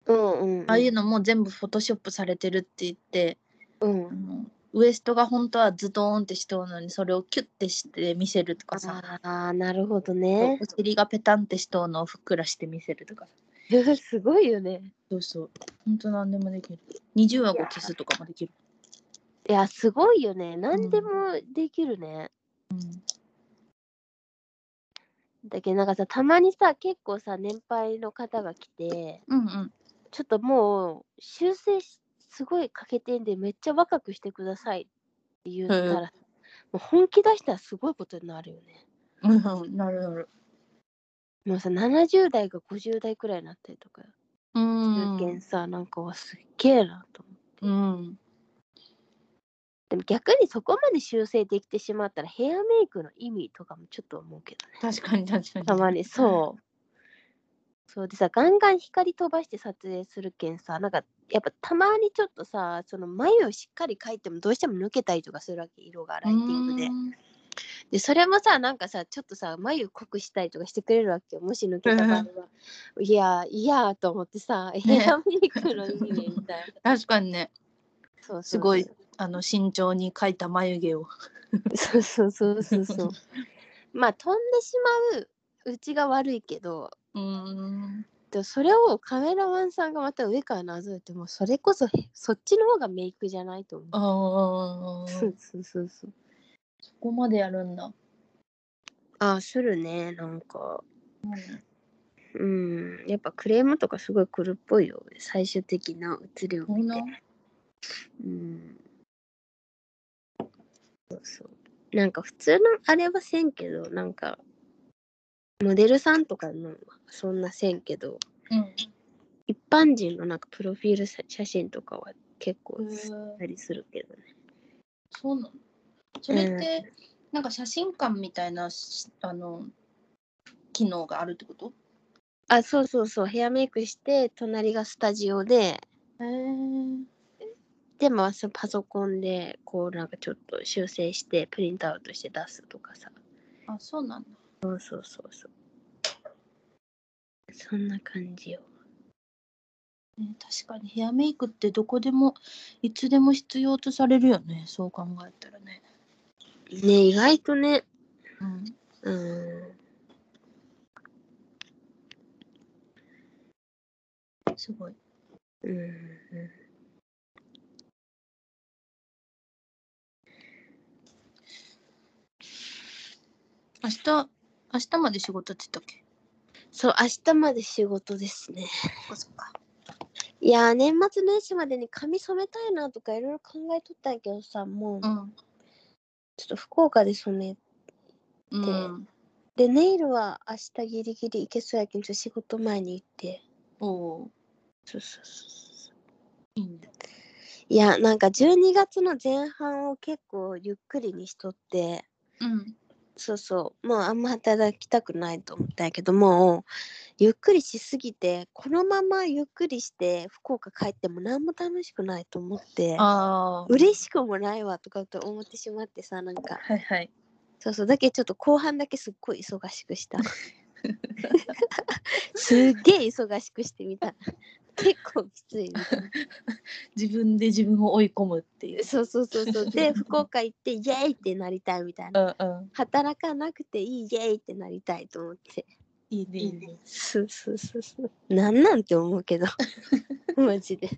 [SPEAKER 2] うんうんうん
[SPEAKER 1] ああいうのも全部フォトショップされてるって言って、
[SPEAKER 2] う
[SPEAKER 1] あ
[SPEAKER 2] ん
[SPEAKER 1] のウエストが本当はズドーンってしてるのにそれをキュッてして見せるとかさ
[SPEAKER 2] ああ、なるほどね。
[SPEAKER 1] お尻がペタンってしとうのをふっくらして見せるとかさ
[SPEAKER 2] *laughs* すごいよね。
[SPEAKER 1] そうそう本当何でもできる20話を消すとかもできる
[SPEAKER 2] いや、すごいよね。何でもできるね。
[SPEAKER 1] うん
[SPEAKER 2] だけど、なんかさ、たまにさ、結構さ、年配の方が来て、
[SPEAKER 1] うんうん
[SPEAKER 2] ちょっともう、修正しすごい欠けてんで、めっちゃ若くしてくださいって言ったら、
[SPEAKER 1] うん
[SPEAKER 2] もう本気出したらすごいことになるよね。
[SPEAKER 1] うんうんなるなる
[SPEAKER 2] もうさ、70代が50代くらいになったりとか、
[SPEAKER 1] う
[SPEAKER 2] 中
[SPEAKER 1] ん
[SPEAKER 2] 堅さ、なんかはすっげえなと思って。
[SPEAKER 1] うん
[SPEAKER 2] でも逆にそこまで修正できてしまったらヘアメイクの意味とかもちょっと思うけどね。
[SPEAKER 1] 確かに確かに
[SPEAKER 2] たまにそう。そうでさガンガン光飛ばして撮影するけんさなんかやっぱたまにちょっとさその眉をしっかり描いてもどうしても抜けたりとかするわけ色がライティングで
[SPEAKER 1] うん
[SPEAKER 2] でそれもさなんかさちょっとさ眉濃くしたりとかしてくれるわけよもし抜けた場合は、いやいやと思ってさヘアメイクの意味ねみたい
[SPEAKER 1] *laughs*
[SPEAKER 2] な
[SPEAKER 1] 確かにね
[SPEAKER 2] そうそうそう
[SPEAKER 1] すごいあの慎重に描いた眉毛を
[SPEAKER 2] そうそうそうそうそう。まあ飛んでしまううちが悪いけど
[SPEAKER 1] うん
[SPEAKER 2] でもそれをカメラマンさんがまた上からなぞいてもうそれこそへそっちの方がメイクじゃないと思う。
[SPEAKER 1] ああ
[SPEAKER 2] そ
[SPEAKER 1] そう
[SPEAKER 2] そうそうそう。
[SPEAKER 1] こまでやるんだ
[SPEAKER 2] ああするねなんか。うんやっぱクレームとかすごい来るっぽいよ最終的な映りを
[SPEAKER 1] そう
[SPEAKER 2] 見
[SPEAKER 1] な
[SPEAKER 2] て
[SPEAKER 1] ん。
[SPEAKER 2] うん。そうそう。なんか普通のあれはせんけどなんかモデルさんとかのそんなせんけど。
[SPEAKER 1] うん
[SPEAKER 2] 一般人のなんかプロフィールさ写真とかは結構
[SPEAKER 1] へ
[SPEAKER 2] し
[SPEAKER 1] ー
[SPEAKER 2] たりするけどね。
[SPEAKER 1] そうなのそれって、なんか写真館みたいなしあの機能があるってこと
[SPEAKER 2] あそうそうそうヘアメイクして隣がスタジオで
[SPEAKER 1] へえ
[SPEAKER 2] でまあそのパソコンでこうなんかちょっと修正してプリントアウトして出すとかさ
[SPEAKER 1] あそうなんだ
[SPEAKER 2] そうそうそうそうそんな感じよ。
[SPEAKER 1] ね確かにヘアメイクってどこでもいつでも必要とされるよねそう考えたらね、
[SPEAKER 2] ね意外とね
[SPEAKER 1] うん、
[SPEAKER 2] うん
[SPEAKER 1] すごい
[SPEAKER 2] うんう
[SPEAKER 1] 明日明日まで仕事って言ったっけ
[SPEAKER 2] んそう明日まで仕事ですね。
[SPEAKER 1] そっかそっか
[SPEAKER 2] いやー年末年始までに髪染めたいなとかいろいろ考えとったんやけどさもう
[SPEAKER 1] うん
[SPEAKER 2] ちょっと福岡で染め
[SPEAKER 1] うん
[SPEAKER 2] でネイルは明日ギリギリ行けそうやけど仕事前に行って
[SPEAKER 1] おお
[SPEAKER 2] そうそうそうそう
[SPEAKER 1] ーいいね
[SPEAKER 2] いやなんか12月の前半を結構ゆっくりにしとって
[SPEAKER 1] うん
[SPEAKER 2] そうそうもうあんま働きたくないと思ったんやけどもうゆっくりしすぎてこのままゆっくりして福岡帰っても何も楽しくないと思って
[SPEAKER 1] ああ
[SPEAKER 2] 嬉しくもないわとかと思ってしまってさなんか
[SPEAKER 1] はいはい
[SPEAKER 2] そうそうだけどちょっと後半だけすっごい忙しくした *laughs* すっげえ忙しくしてみた結構きついみたいな
[SPEAKER 1] 自分で自分を追い込むっていう
[SPEAKER 2] そうそうそうそう *laughs* で福岡行ってイエーイってなりたいみたいうなん
[SPEAKER 1] うん
[SPEAKER 2] 働かなくていいイエーイってなりたいと思って
[SPEAKER 1] いいねいいね
[SPEAKER 2] そうそうそうそうなんなんて思う *laughs* けどマジで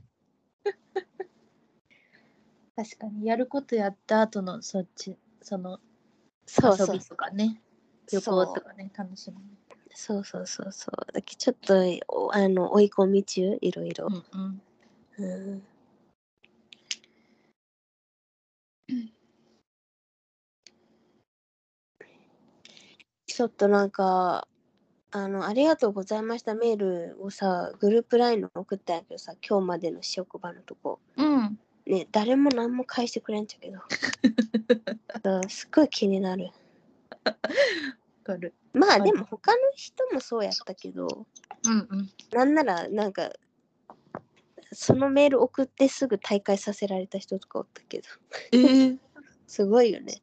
[SPEAKER 1] 確かにやることやった後のそっちその
[SPEAKER 2] そう
[SPEAKER 1] 遊
[SPEAKER 2] そう
[SPEAKER 1] びとかね旅行とかね楽しみ
[SPEAKER 2] そうそうそうそうだけどちょっとおあの追い込み中いろいろ、
[SPEAKER 1] うんうん
[SPEAKER 2] うんちょっとなんか、あの、ありがとうございましたメールをさ、グループ LINE の送ったんやけどさ、今日までの職場のとこ、
[SPEAKER 1] *laughs* うん
[SPEAKER 2] ね、誰も何も返してくれんちゃけど。 *laughs* そうすっごい気になる。
[SPEAKER 1] わかる
[SPEAKER 2] まあ
[SPEAKER 1] はい
[SPEAKER 2] でも他の人もそうやったけど、
[SPEAKER 1] うんうん
[SPEAKER 2] なんならなんか、そのメール送ってすぐ退会させられた人とかおったけど、
[SPEAKER 1] ええ
[SPEAKER 2] すごいよね。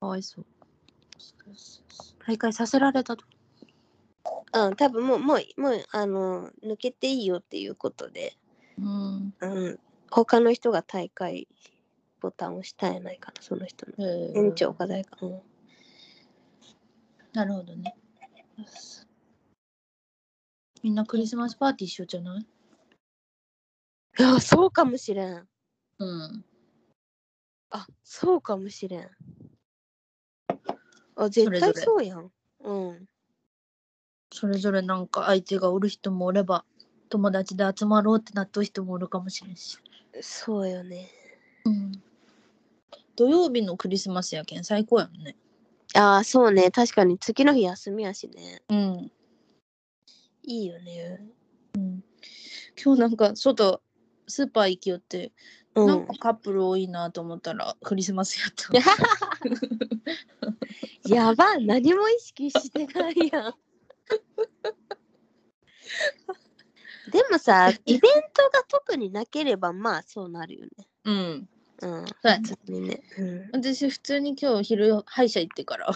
[SPEAKER 1] かわいそう大会させられたと
[SPEAKER 2] うん、多分もう、もう、もう、あの、抜けていいよっていうことで、
[SPEAKER 1] うん
[SPEAKER 2] うん、他の人が大会ボタンを押したんやないかな、その人の。園
[SPEAKER 1] 園
[SPEAKER 2] 長か誰か。うん
[SPEAKER 1] なるほどね。みんなクリスマスパーティーしようじゃない
[SPEAKER 2] いや、そうかもしれん。
[SPEAKER 1] うん。
[SPEAKER 2] あ、そうかもしれん。あ、
[SPEAKER 1] れ
[SPEAKER 2] 絶
[SPEAKER 1] ぞれ
[SPEAKER 2] 対そうやん。うん。
[SPEAKER 1] それぞれなんか相手がおる人もおれば、友達で集まろうってなっとう人もおるかもしれんし。
[SPEAKER 2] そうよね。
[SPEAKER 1] うん。土曜日のクリスマスやけん最高やもんね。
[SPEAKER 2] ああ、そうね。確かに次の日休みやしね。
[SPEAKER 1] うん。
[SPEAKER 2] いいよね。
[SPEAKER 1] 今日なんか外、スーパー行きよって、
[SPEAKER 2] う
[SPEAKER 1] なん
[SPEAKER 2] ん
[SPEAKER 1] か。カップル多いなと思ったらクリスマスやった。
[SPEAKER 2] やば、何も意識してないや
[SPEAKER 1] *laughs*
[SPEAKER 2] ん。でもさ、イベントが特になければ、まあそうなるよね。
[SPEAKER 1] うん。
[SPEAKER 2] うん。
[SPEAKER 1] うやね
[SPEAKER 2] 普通にね。うん。
[SPEAKER 1] 私普通に今日昼歯医者行ってから。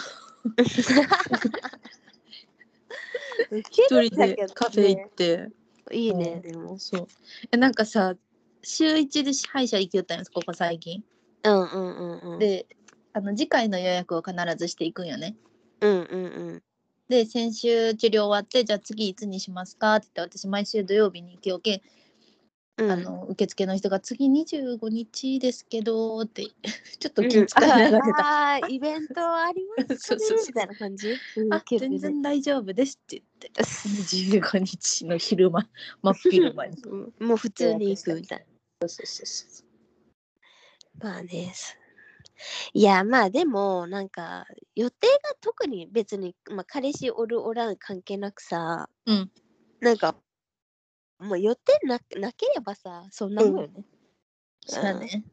[SPEAKER 2] ウケ
[SPEAKER 1] *laughs* 一
[SPEAKER 2] る
[SPEAKER 1] *laughs*
[SPEAKER 2] ん
[SPEAKER 1] 人
[SPEAKER 2] だけど
[SPEAKER 1] で
[SPEAKER 2] ね
[SPEAKER 1] カフェ行って、
[SPEAKER 2] いいね、
[SPEAKER 1] うん
[SPEAKER 2] でも。
[SPEAKER 1] そうえなんかさ週一で歯医者行きよったんですここ最近
[SPEAKER 2] うんうんうんうん。、
[SPEAKER 1] であの次回の予約を必ずしていくんよね
[SPEAKER 2] うんうんうん。
[SPEAKER 1] で先週治療終わってじゃあ次いつにしますかって言って私毎週土曜日に行きよけん、
[SPEAKER 2] うん、
[SPEAKER 1] あの受付の人が次25日ですけどって *laughs* ちょっと気遣いながら出た、
[SPEAKER 2] た。あーイベントあります
[SPEAKER 1] *laughs*
[SPEAKER 2] ね
[SPEAKER 1] そうそうそう
[SPEAKER 2] みたいな感じ。うん
[SPEAKER 1] あ全。然大丈夫ですって言って
[SPEAKER 2] ウケるね
[SPEAKER 1] 25日の昼間真っ昼間に
[SPEAKER 2] うんもう普通に行くみたい
[SPEAKER 1] そうそうそう
[SPEAKER 2] な。まあね。すいやまあでもなんか予定が特に別に、まあ、彼氏おるおらん関係なくさ、
[SPEAKER 1] うん、
[SPEAKER 2] なんかもう予定ななければさそんなもんよね、
[SPEAKER 1] そうだね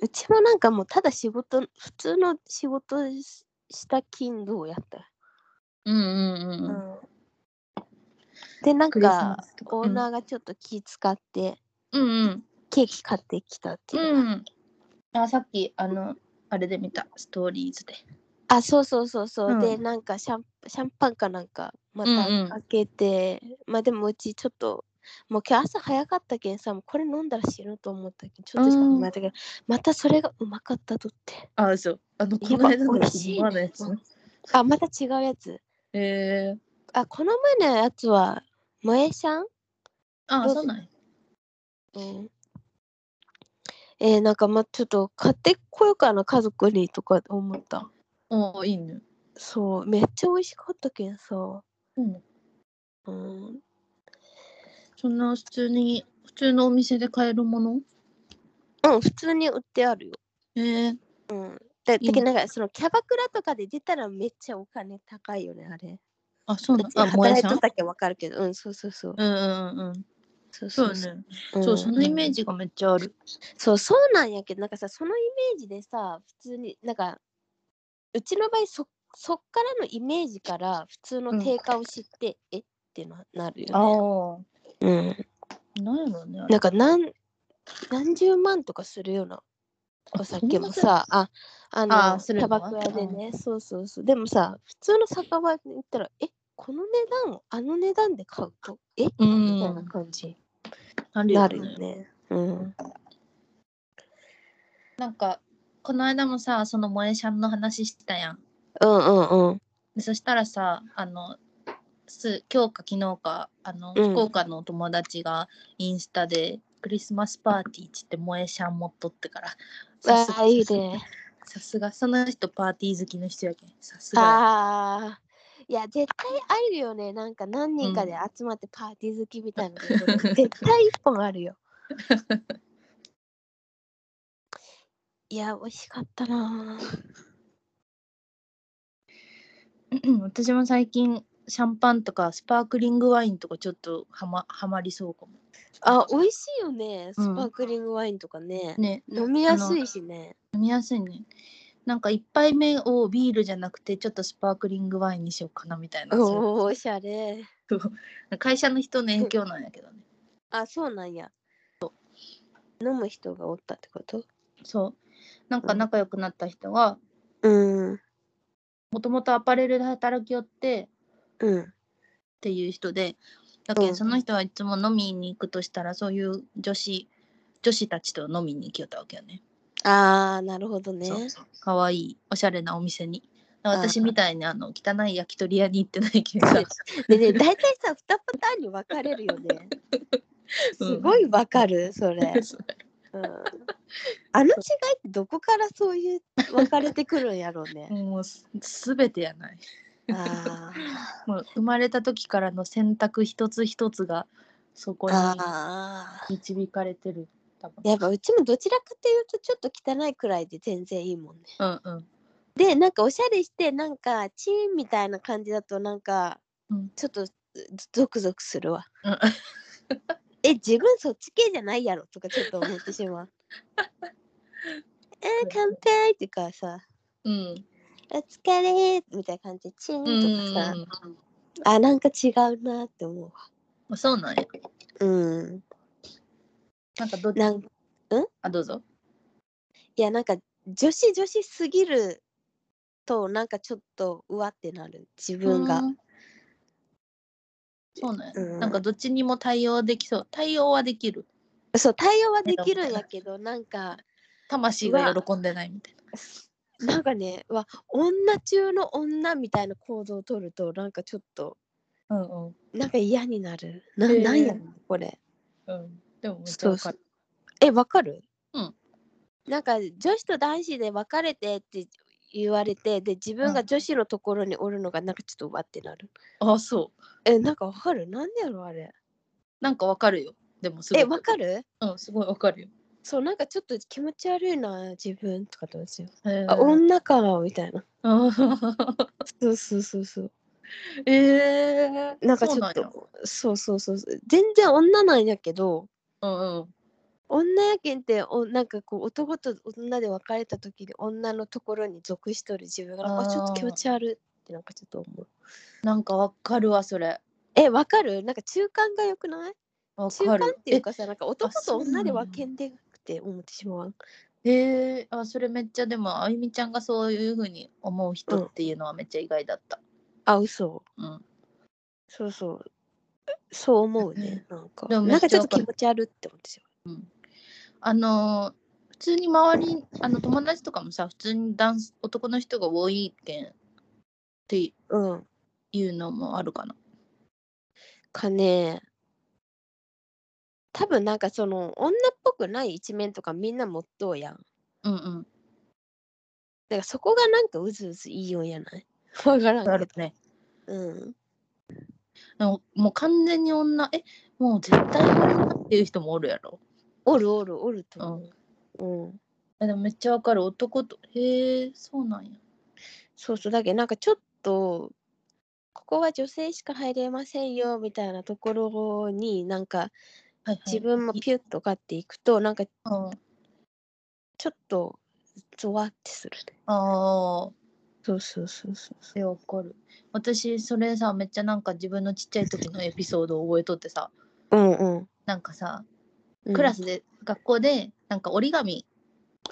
[SPEAKER 2] うちもなんかもうただ仕事普通の仕事しした勤労やった、
[SPEAKER 1] うんうんうん、うん、
[SPEAKER 2] でなん
[SPEAKER 1] クリスマ
[SPEAKER 2] か
[SPEAKER 1] スとか
[SPEAKER 2] オーナーがちょっと気使って、
[SPEAKER 1] うんうん
[SPEAKER 2] ケーキ買ってきたっていう、
[SPEAKER 1] うん。あ、さっき、あの、あれで見た、ストーリーズで。
[SPEAKER 2] あそうそうそうそう、
[SPEAKER 1] うん
[SPEAKER 2] でなんかシャンシャンパンかなんかま
[SPEAKER 1] うんうん
[SPEAKER 2] た開けて、まあでもうちちょっともう今日朝早かったけんさもうこれ飲んだら死ぬと思ったけんちょっとしか飲まれたけど、またそれがうまかったとって
[SPEAKER 1] あ、そう。あの、
[SPEAKER 2] やっぱ美味しい
[SPEAKER 1] 今のやつね。
[SPEAKER 2] あまた違うやつ
[SPEAKER 1] えー、
[SPEAKER 2] あこの前のやつは萌えシャン、
[SPEAKER 1] あ、
[SPEAKER 2] どうぞ
[SPEAKER 1] そうなんや
[SPEAKER 2] うんえー、なんかまあちょっと買ってこようかな家族にとか思った
[SPEAKER 1] おーいいね。
[SPEAKER 2] そうめっちゃ美味しかったけんさ
[SPEAKER 1] うん。
[SPEAKER 2] うん
[SPEAKER 1] そんな普通に、普通のお店で買えるもの
[SPEAKER 2] うん、普通に売ってあるよ。
[SPEAKER 1] えー、
[SPEAKER 2] だだ
[SPEAKER 1] いい
[SPEAKER 2] けど
[SPEAKER 1] ね
[SPEAKER 2] なんかそのキャバクラとかで出たらめっちゃお金高いよね、あれ。
[SPEAKER 1] あ、そうなんあ、も
[SPEAKER 2] 働
[SPEAKER 1] や
[SPEAKER 2] い
[SPEAKER 1] さ
[SPEAKER 2] とっ
[SPEAKER 1] ん
[SPEAKER 2] たけわかるけど、うん、そうそうそう。
[SPEAKER 1] うんうんうん。
[SPEAKER 2] そう
[SPEAKER 1] そう
[SPEAKER 2] う
[SPEAKER 1] よね。
[SPEAKER 2] うん
[SPEAKER 1] そう、そのイメージがめっちゃある。
[SPEAKER 2] そう、そうなんやけど、なんかさ、そのイメージでさ、普通に、なんか、うちの場合そ、そっからのイメージから普通の定価を知って、えってななる
[SPEAKER 1] ああ
[SPEAKER 2] よね。
[SPEAKER 1] ー。
[SPEAKER 2] うん。
[SPEAKER 1] なんやろうね、あ
[SPEAKER 2] な
[SPEAKER 1] れ
[SPEAKER 2] ん。か何、何十万とかするようなお酒もさ、あ、あの、
[SPEAKER 1] あーす
[SPEAKER 2] キ
[SPEAKER 1] るの
[SPEAKER 2] ャ
[SPEAKER 1] は
[SPEAKER 2] バクラでね、そうそうそう。でもさ、普通の酒場に行ったら、え、この値段をあの値段で買うと、え
[SPEAKER 1] う。
[SPEAKER 2] みたいなん感じ
[SPEAKER 1] なる
[SPEAKER 2] にな
[SPEAKER 1] よ
[SPEAKER 2] るよ
[SPEAKER 1] ね。
[SPEAKER 2] ね。うん。
[SPEAKER 1] なんか、この間もさ、そのもやしゃんの話してたやん。
[SPEAKER 2] うんうんうん。
[SPEAKER 1] でそしたらさあのす今日か昨日かあの、
[SPEAKER 2] うん
[SPEAKER 1] 福岡のお友達がインスタでクリスマスパーティーっつって萌えシャン持っとってから
[SPEAKER 2] あ
[SPEAKER 1] さす
[SPEAKER 2] あ、いいね。
[SPEAKER 1] さすがその人パーティー好きの人やけんさすが
[SPEAKER 2] ああ。いや、絶対あるよね。なんか何人かで集まってパーティー好きみたいなところ。
[SPEAKER 1] *laughs*
[SPEAKER 2] 絶対一本あるよ。いや、美味しかったなぁ。
[SPEAKER 1] うん私も最近シャンパンとかスパークリングワインとかちょっとはまはまりそうかも
[SPEAKER 2] あ、美味しいよね。ス
[SPEAKER 1] うん
[SPEAKER 2] パークリングワインとかね。
[SPEAKER 1] ね
[SPEAKER 2] 飲みやすいしね。
[SPEAKER 1] 飲みやすいねなんか一杯目をビールじゃなくてちょっとスパークリングワインにしようかなみたいなそう
[SPEAKER 2] おお、おしゃれ。
[SPEAKER 1] 会社の人の影響なんやけどね
[SPEAKER 2] あ、そうなんや。飲む人がおったってこと
[SPEAKER 1] そうなん
[SPEAKER 2] う
[SPEAKER 1] か
[SPEAKER 2] ん
[SPEAKER 1] 仲良くなった人が
[SPEAKER 2] うん。
[SPEAKER 1] もともとアパレルで働きよってっ
[SPEAKER 2] うん。
[SPEAKER 1] ていう人でだけ
[SPEAKER 2] うん
[SPEAKER 1] んその人はいつも飲みに行くとしたらそういう女子女子たちと飲みに行きよったわけよね。
[SPEAKER 2] あー、なるほどね。
[SPEAKER 1] そうそうかわいいおしゃれなお店に私
[SPEAKER 2] あー
[SPEAKER 1] みたいにあの汚い焼き鳥屋に行ってないけどさ
[SPEAKER 2] でね、大体さ、二パターンに分かれるよね。すごい分かる、それ。うん、あの違いってどこからそういう分かれてくるんやろうね。
[SPEAKER 1] *laughs* もうすすべてやない
[SPEAKER 2] あ
[SPEAKER 1] もう生まれた時からの選択一つ一つがそこ
[SPEAKER 2] ー
[SPEAKER 1] に
[SPEAKER 2] あ
[SPEAKER 1] 導かれてる多分
[SPEAKER 2] ー。やっぱうちもどちらかというとちょっと汚いくらいで全然いいもんね。
[SPEAKER 1] うんうん
[SPEAKER 2] でなんかおしゃれしてなんかチーンみたいな感じだとなんか
[SPEAKER 1] うん
[SPEAKER 2] ちょっとゾゾクゾクするわ。
[SPEAKER 1] うん
[SPEAKER 2] え自分そっち系じゃないやろとかちょっと思って
[SPEAKER 1] *laughs*
[SPEAKER 2] しまう。えー、乾杯っていうかさ
[SPEAKER 1] うん
[SPEAKER 2] お疲れみたいな感じでチー
[SPEAKER 1] うん
[SPEAKER 2] ンとかさ、あなんか違うなって思うわ。
[SPEAKER 1] うんそうなんや
[SPEAKER 2] うん。
[SPEAKER 1] なんかどっち
[SPEAKER 2] なん
[SPEAKER 1] あどうぞ
[SPEAKER 2] いやなんか女子女子すぎるとなんかちょっとうわってなる自分が
[SPEAKER 1] う。んそうなんや、
[SPEAKER 2] うん
[SPEAKER 1] なんかどっちにも対応できそう対応はできる
[SPEAKER 2] そう対応はできるんやけどなんか
[SPEAKER 1] 魂が喜んでないみたいな
[SPEAKER 2] なんかねわ女中の女みたいな行動をとるとなんかちょっと
[SPEAKER 1] うんうん
[SPEAKER 2] なんか嫌になる。な
[SPEAKER 1] へー
[SPEAKER 2] なんやろこれ。
[SPEAKER 1] うんでもめっちゃわかる
[SPEAKER 2] えわかる
[SPEAKER 1] うん。
[SPEAKER 2] なんか女子と男子で別れてって言われてで自分
[SPEAKER 1] う
[SPEAKER 2] が
[SPEAKER 1] ん
[SPEAKER 2] 女子のところにおるのがなんかちょっとうわってなる。
[SPEAKER 1] あそう
[SPEAKER 2] えなんかわかるなんでやろあれ。
[SPEAKER 1] なんかわかるよでもすごい
[SPEAKER 2] えわかる
[SPEAKER 1] うんすごいわかるよ
[SPEAKER 2] そうなんかちょっと気持ち悪いな自分とかどうしよう。
[SPEAKER 1] へー
[SPEAKER 2] あ女かみたいな。
[SPEAKER 1] あ
[SPEAKER 2] そうそうそうそう。
[SPEAKER 1] ー *laughs* えー、
[SPEAKER 2] なんかちょっ
[SPEAKER 1] そうなんや
[SPEAKER 2] とそうそうそうそう全然女なんやけど
[SPEAKER 1] うんうん
[SPEAKER 2] 女やけんっておなんかこう男と女で別れた時に女のところに属しとる自分があ
[SPEAKER 1] あー
[SPEAKER 2] ちょっと気持ち悪いってなんかちょっと思う。
[SPEAKER 1] なんかわかるわそれ
[SPEAKER 2] えわかるなんか中間が良くない
[SPEAKER 1] わ
[SPEAKER 2] 中
[SPEAKER 1] か
[SPEAKER 2] 間っ
[SPEAKER 1] る
[SPEAKER 2] ていうかさなんか男と
[SPEAKER 1] そうな
[SPEAKER 2] 女
[SPEAKER 1] ん
[SPEAKER 2] で
[SPEAKER 1] や
[SPEAKER 2] 分けんでくて思ってしまう。
[SPEAKER 1] ええー、あそれめっちゃでもあゆみちゃんがそういうふうに思う人っていうのはめっちゃ意外だった
[SPEAKER 2] あ嘘
[SPEAKER 1] うん
[SPEAKER 2] そうそう。そう思うね。なんか。
[SPEAKER 1] でもめ
[SPEAKER 2] な
[SPEAKER 1] っ
[SPEAKER 2] んか
[SPEAKER 1] ち
[SPEAKER 2] ち
[SPEAKER 1] ゃ
[SPEAKER 2] ょっ
[SPEAKER 1] わ
[SPEAKER 2] と
[SPEAKER 1] か
[SPEAKER 2] 気
[SPEAKER 1] る
[SPEAKER 2] 持ち悪いって思ってしま
[SPEAKER 1] あのー普通に周りあの友達とかもさ普通に男子男の人が多いけんって
[SPEAKER 2] う。うん。
[SPEAKER 1] いうのもあるかな
[SPEAKER 2] かね多分なんかその女っぽくない一面とかみんな持っとうやん。
[SPEAKER 1] うんうん
[SPEAKER 2] だからそこがなんかうずうずいいようやない。 *laughs* わから
[SPEAKER 1] あ
[SPEAKER 2] んけ
[SPEAKER 1] る
[SPEAKER 2] ど。
[SPEAKER 1] ね
[SPEAKER 2] うん。
[SPEAKER 1] でももう完全に女えもう絶対女っていう人もおるやろ
[SPEAKER 2] おるおるおると思う。うん。
[SPEAKER 1] えでもめっちゃわかる男とへえそうなんや
[SPEAKER 2] そうそうだけどなんかちょっとここは女性しか入れませんよみたいなところになんか
[SPEAKER 1] はいはい
[SPEAKER 2] 自分も
[SPEAKER 1] い
[SPEAKER 2] ピュッと買っていくとなんか
[SPEAKER 1] うん
[SPEAKER 2] ちょっとゾワってするね。
[SPEAKER 1] ああ
[SPEAKER 2] そうそうそうそうそう。
[SPEAKER 1] えわかる私それさめっちゃなんか自分のちっちゃい時のエピソードを覚えとってさ
[SPEAKER 2] うんうん
[SPEAKER 1] なんかさ
[SPEAKER 2] うん。
[SPEAKER 1] クラスで、学校でなんか折り紙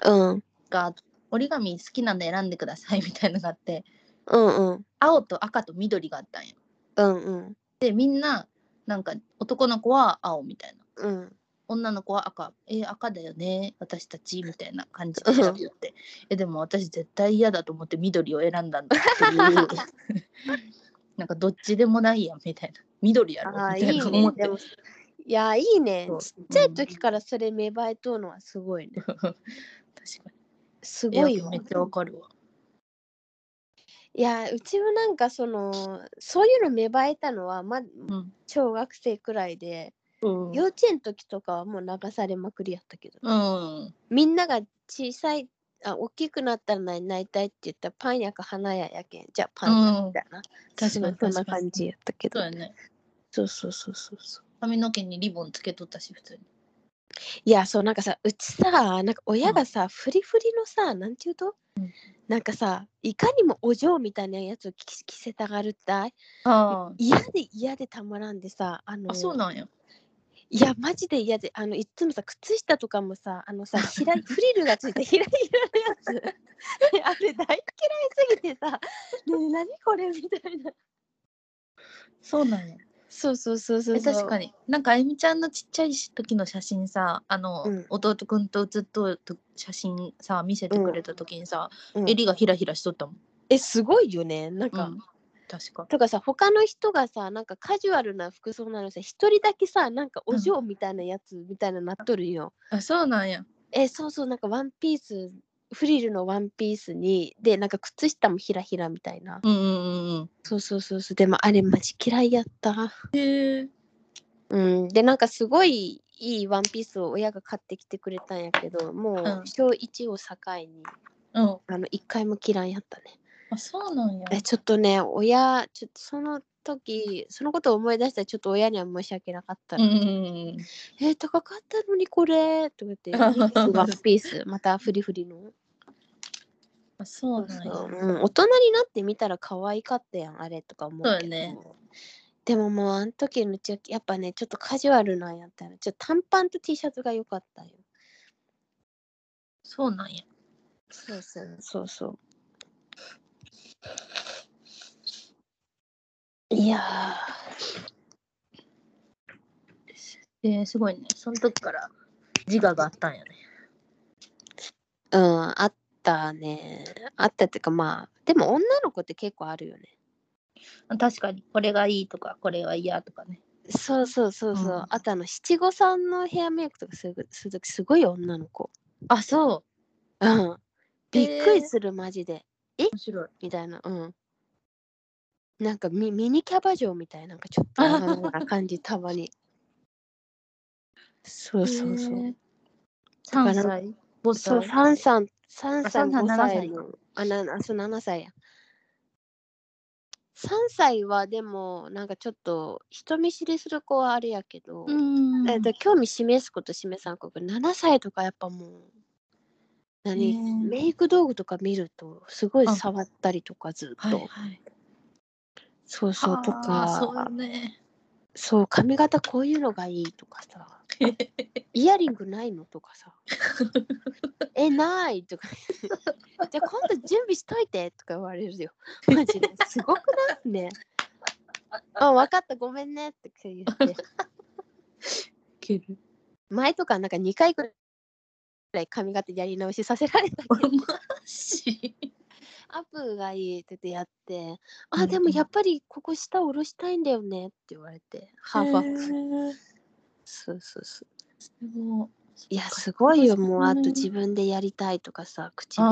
[SPEAKER 2] うん
[SPEAKER 1] が折り紙好きなの選んでくださいみ *laughs* たいのがあって
[SPEAKER 2] うんうん
[SPEAKER 1] 青と赤と緑があったんよ
[SPEAKER 2] うんうん
[SPEAKER 1] でみんななんか男の子は青みたいな
[SPEAKER 2] うん
[SPEAKER 1] 女の子は赤えー赤だよね私たちみたいな感じで選びよってえでも私絶対嫌だと思って緑を選んだんだって
[SPEAKER 2] *laughs*
[SPEAKER 1] いうなんかどっちでもないやんみたいな緑やろ
[SPEAKER 2] ああい
[SPEAKER 1] み
[SPEAKER 2] い
[SPEAKER 1] たいな思
[SPEAKER 2] ね
[SPEAKER 1] っ。て
[SPEAKER 2] でもいやいいね
[SPEAKER 1] そう。
[SPEAKER 2] ちっちゃい時からそれ芽生えとうのはすごいね。
[SPEAKER 1] 確かに。
[SPEAKER 2] す
[SPEAKER 1] いや
[SPEAKER 2] ごいわ
[SPEAKER 1] めっ。ちゃわかるわ。
[SPEAKER 2] いやうちもなんかそのそういうの芽生えたのはま
[SPEAKER 1] うん。
[SPEAKER 2] 小学生くらいで。
[SPEAKER 1] うん。
[SPEAKER 2] 幼稚園の時とかはもう流されまくりやったけど
[SPEAKER 1] うん。
[SPEAKER 2] みんなが小さいあ大きくなったらなりなりたいって言ったらパン屋か花屋やけんじゃあパン屋みたいな、
[SPEAKER 1] 確かに
[SPEAKER 2] そん
[SPEAKER 1] 確
[SPEAKER 2] な
[SPEAKER 1] かに
[SPEAKER 2] 感じやったけど
[SPEAKER 1] そうやね。
[SPEAKER 2] そうそうそうそうそう
[SPEAKER 1] 髪の毛にリボンつけとったし、普通に。
[SPEAKER 2] いやそうなんかさうちさなんか親がさ、フリフリのさなんていうと、
[SPEAKER 1] うん
[SPEAKER 2] なんかさいかにもお嬢みたいなやつを着着せたがるったい
[SPEAKER 1] あ
[SPEAKER 2] 嫌で嫌でたまらんでさあの
[SPEAKER 1] あ。あ、そうなんや。
[SPEAKER 2] いやマジで嫌であのいっつもさ靴下とかもさあの *laughs* さひらフリルがついてひらひらのやつ *laughs* あれ大嫌いすぎてさ「ねえ何これ」みたいな
[SPEAKER 1] そうなんや。
[SPEAKER 2] そうそうそうそう
[SPEAKER 1] え
[SPEAKER 2] そう
[SPEAKER 1] 確かになんかあゆみちゃんのちっちゃい時の写真さあの、
[SPEAKER 2] うん
[SPEAKER 1] 弟くんと写っとると写真さ見せてくれた時にさ、
[SPEAKER 2] うん
[SPEAKER 1] 襟がひらひらしとったもん、
[SPEAKER 2] えすごいよねなんか、
[SPEAKER 1] うん確か
[SPEAKER 2] とかさ他の人がさなんかカジュアルな服装なのにさ一人だけさなんかお嬢みたいなやつみたいななっとるんよ、
[SPEAKER 1] あそうなんや
[SPEAKER 2] えそうそうなんかワンピースフリルのワンピースにでなんか靴下もひらひらみたいな、
[SPEAKER 1] うんうんうんうん
[SPEAKER 2] そうそうそうそうでもあれマジ嫌いやった
[SPEAKER 1] へえ
[SPEAKER 2] うんでなんかすごいいいワンピースを親が買ってきてくれたんやけどもううん小1を境に
[SPEAKER 1] うん
[SPEAKER 2] あの一回も嫌いやったね
[SPEAKER 1] あそうなんや
[SPEAKER 2] えちょっとね親ちょっとその時そのことを思い出したらちょっと親には申し訳なかった
[SPEAKER 1] う
[SPEAKER 2] の、
[SPEAKER 1] んうん
[SPEAKER 2] *laughs* えー高かったのにこれとか言ってワンピースまたフリフリの
[SPEAKER 1] あそうなんや
[SPEAKER 2] そううん、大人になってみたら可愛かったやんあれとか思うけど
[SPEAKER 1] そうやね
[SPEAKER 2] でももうあの時のうちはやっぱねちょっとカジュアルなんやったらちょっと短パンと T シャツが良かったよ
[SPEAKER 1] そうなんや
[SPEAKER 2] そうそうそうそういや
[SPEAKER 1] えー、すごいねその時から自我があったんやね
[SPEAKER 2] ーうんあったねあったっていうかまあでも女の子って結構あるよね
[SPEAKER 1] あ確かにこれがいいとかこれは嫌とかね
[SPEAKER 2] そうそうそうそう、
[SPEAKER 1] うん
[SPEAKER 2] あとあの七五三のヘアメイクとかするする時すごい女の子
[SPEAKER 1] あそう
[SPEAKER 2] *laughs* うんびっく
[SPEAKER 1] へ
[SPEAKER 2] り
[SPEAKER 1] ー
[SPEAKER 2] するマジで
[SPEAKER 1] 面白い
[SPEAKER 2] みたいなうんなんかミミニキャバ嬢みたいななんかちょっとあな感じたまに *laughs* そうそうそう、
[SPEAKER 1] へー
[SPEAKER 2] から
[SPEAKER 1] 3歳5歳
[SPEAKER 2] そう3歳3
[SPEAKER 1] あ
[SPEAKER 2] 歳
[SPEAKER 1] 3
[SPEAKER 2] 5
[SPEAKER 1] 歳
[SPEAKER 2] 歳のあなあそう7歳や3歳はでもなんかちょっと人見知りする子はあれやけど、
[SPEAKER 1] うん
[SPEAKER 2] えっと、興味示すこと示さんこと7歳とかやっぱもう何、
[SPEAKER 1] ねえ
[SPEAKER 2] メイク道具とか見るとすごい
[SPEAKER 1] あ
[SPEAKER 2] 触ったりとかずっ
[SPEAKER 1] は
[SPEAKER 2] と、
[SPEAKER 1] いはい
[SPEAKER 2] そうそうと
[SPEAKER 1] あーそう
[SPEAKER 2] か
[SPEAKER 1] ね
[SPEAKER 2] そう髪型こういうのが *laughs* いいとかさイヤリングないのと
[SPEAKER 1] *laughs*
[SPEAKER 2] かさえないとかじゃあ今度準備しといてとか言われるよマジですごくな
[SPEAKER 1] *laughs*
[SPEAKER 2] いねあ分かったごめんねって言って
[SPEAKER 1] ける
[SPEAKER 2] 前とかなんか2回くらい髪型やり直しさせられたけど
[SPEAKER 1] マ *laughs* ジ
[SPEAKER 2] アップがいいって言ってやって、
[SPEAKER 1] うんう
[SPEAKER 2] あ、
[SPEAKER 1] ん
[SPEAKER 2] でもやっぱりここ下下ろしたいんだよねって言われて、ハーフアップ。
[SPEAKER 1] ー
[SPEAKER 2] そうそうそう。
[SPEAKER 1] すごい
[SPEAKER 2] いや、すごいよ、
[SPEAKER 1] そう
[SPEAKER 2] もうあと
[SPEAKER 1] ね
[SPEAKER 2] 自分でやりたいとかさ、口で。も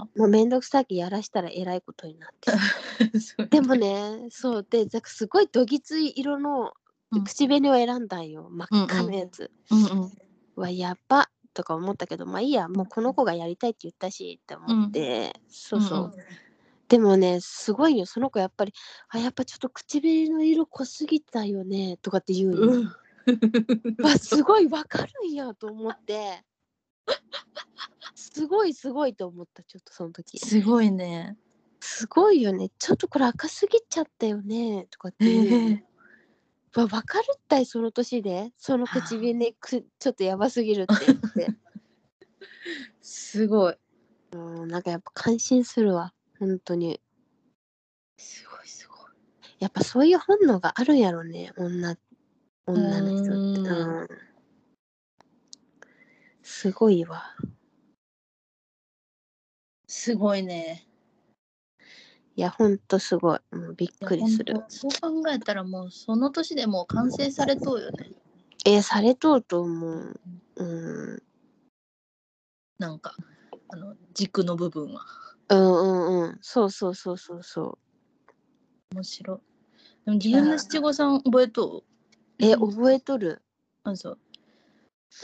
[SPEAKER 1] あ
[SPEAKER 2] うめんどくさきやらしたらえらいことになって。
[SPEAKER 1] ーそう
[SPEAKER 2] でもね、そうで、なんかすごいどぎつい色の
[SPEAKER 1] うん
[SPEAKER 2] 口紅を選んだんよ、真っ赤なやつ。
[SPEAKER 1] うんうん
[SPEAKER 2] うわ、やばとか思ったけど、まあいいや、もうこの子がやりたいって言ったしって思って、そうそう。
[SPEAKER 1] んん
[SPEAKER 2] でもねすごいよその子やっぱり「あやっぱちょっと唇の色濃すぎたよね」とかって言うの、 *laughs*
[SPEAKER 1] うん
[SPEAKER 2] わすごいわかるんやと思ってすごいすごいと思ったちょっとその時
[SPEAKER 1] すごいね。
[SPEAKER 2] すごいよねちょっとこれ赤すぎちゃったよねとかって言
[SPEAKER 1] え
[SPEAKER 2] うの、
[SPEAKER 1] え
[SPEAKER 2] わわかるったいその年でその唇ねくちょっとやばすぎるって言って
[SPEAKER 1] すごい。
[SPEAKER 2] うんなんかやっぱ感心するわ本当に
[SPEAKER 1] すごいすごい。
[SPEAKER 2] やっぱそういう本能があるんやろね女女の人って
[SPEAKER 1] うーん
[SPEAKER 2] うんすごいわ
[SPEAKER 1] すごいね。
[SPEAKER 2] いやほんとすごいもうびっ
[SPEAKER 1] いや
[SPEAKER 2] くりする
[SPEAKER 1] ほんとそう考えたらもうその年でもう完成されとうよね。
[SPEAKER 2] えーされとうと思ううん
[SPEAKER 1] なんかあの軸の部分は
[SPEAKER 2] うんうんうんそうそうそうそうそ
[SPEAKER 1] 面白い。でも自分の七五三覚えと
[SPEAKER 2] う
[SPEAKER 1] う。
[SPEAKER 2] え
[SPEAKER 1] うん
[SPEAKER 2] 覚えとる
[SPEAKER 1] あそう。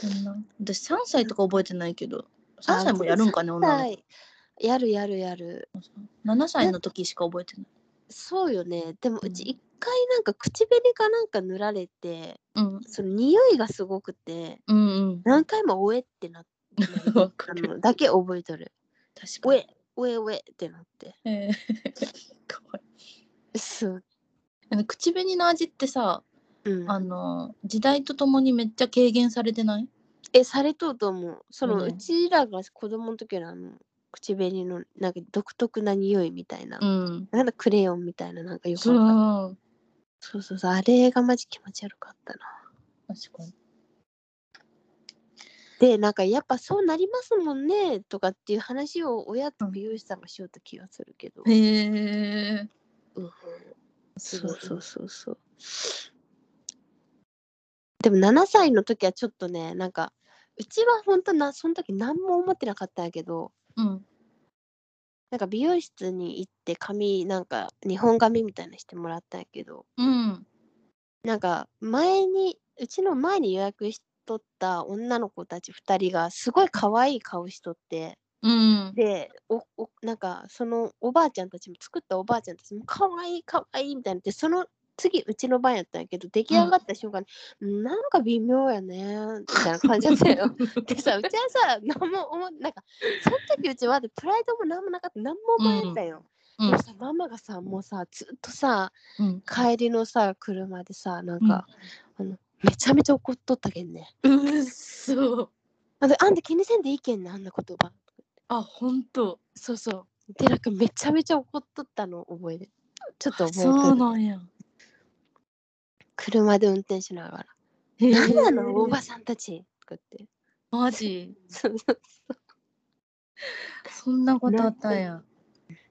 [SPEAKER 1] こんな私三歳とか覚えてないけど、
[SPEAKER 2] あ
[SPEAKER 1] 三歳もやるんかね
[SPEAKER 2] そう
[SPEAKER 1] 女の
[SPEAKER 2] 三歳やるやるやる
[SPEAKER 1] 子。7歳の時しか覚えてない。
[SPEAKER 2] そうよねでも
[SPEAKER 1] うん
[SPEAKER 2] うち一回なんか口紅かなんか塗られて
[SPEAKER 1] うん
[SPEAKER 2] その匂いがすごくて
[SPEAKER 1] うん
[SPEAKER 2] 何回も「おえ」ってなっ
[SPEAKER 1] うん。 *laughs* わか
[SPEAKER 2] た
[SPEAKER 1] る。
[SPEAKER 2] のだけ覚えとる
[SPEAKER 1] 確
[SPEAKER 2] 「
[SPEAKER 1] か
[SPEAKER 2] お
[SPEAKER 1] に
[SPEAKER 2] え。おえおえ」ってなって
[SPEAKER 1] え *laughs* ーかわいい
[SPEAKER 2] そう
[SPEAKER 1] あの口紅の味ってさ、
[SPEAKER 2] うん
[SPEAKER 1] あの時代とともにめっちゃ軽減されてない
[SPEAKER 2] えされとうと思うその、
[SPEAKER 1] ね
[SPEAKER 2] うちらが子供の時のあの口紅のなんか独特な匂いみたいな、
[SPEAKER 1] うん
[SPEAKER 2] なんかクレヨンみたいななんかよく
[SPEAKER 1] そ
[SPEAKER 2] わかんないうそうそうそう、あれがマジ気持ち悪かったな。
[SPEAKER 1] 確かに。
[SPEAKER 2] で、なんかやっぱそうなりますもんねとかっていう話を親と美容師さんがしようと気がするけど。
[SPEAKER 1] へえ。
[SPEAKER 2] うん
[SPEAKER 1] す
[SPEAKER 2] そ
[SPEAKER 1] ごいう
[SPEAKER 2] そうそうそう。でも7歳の時はちょっとね、なんか、うちは本当な、その時何も思ってなかったんやけど、
[SPEAKER 1] うん。
[SPEAKER 2] なんか美容室に行って髪、なんか日本髪みたいなのしてもらったんやけど、
[SPEAKER 1] うん。
[SPEAKER 2] なんか前に、うちの前に予約しとった女の子たち2人がすごい可愛い顔しとって、
[SPEAKER 1] うん。
[SPEAKER 2] で、おおなんかそのおばあちゃんたちも作ったおばあちゃんたちも可愛い可愛いみたいになってその次うちの番やったんやけど出来上がった瞬間に、うんなんか微妙やねみたいな感じだったよ。
[SPEAKER 1] *laughs*
[SPEAKER 2] でさうちはさ何も思っなんかその時うちはプライドも何もなかった何も思えんだよ。
[SPEAKER 1] うん
[SPEAKER 2] でもさママがさもうさずっとさ
[SPEAKER 1] うん。
[SPEAKER 2] 帰りのさ車でさなんか、あのめちゃめちゃ怒っとったけんね。
[SPEAKER 1] うっそ。
[SPEAKER 2] あんた気にせんでいいけんねあんな言葉。
[SPEAKER 1] あ、本当。
[SPEAKER 2] そうそう。で、なんかめちゃめちゃ怒っとったの覚えで。ちょっと覚えてる。
[SPEAKER 1] そうなんや。
[SPEAKER 2] 車で運転しながら。
[SPEAKER 1] へ
[SPEAKER 2] 何なのお
[SPEAKER 1] ー
[SPEAKER 2] ばさんたちとかって。
[SPEAKER 1] マジ。
[SPEAKER 2] そうそう
[SPEAKER 1] そんなことあったんや。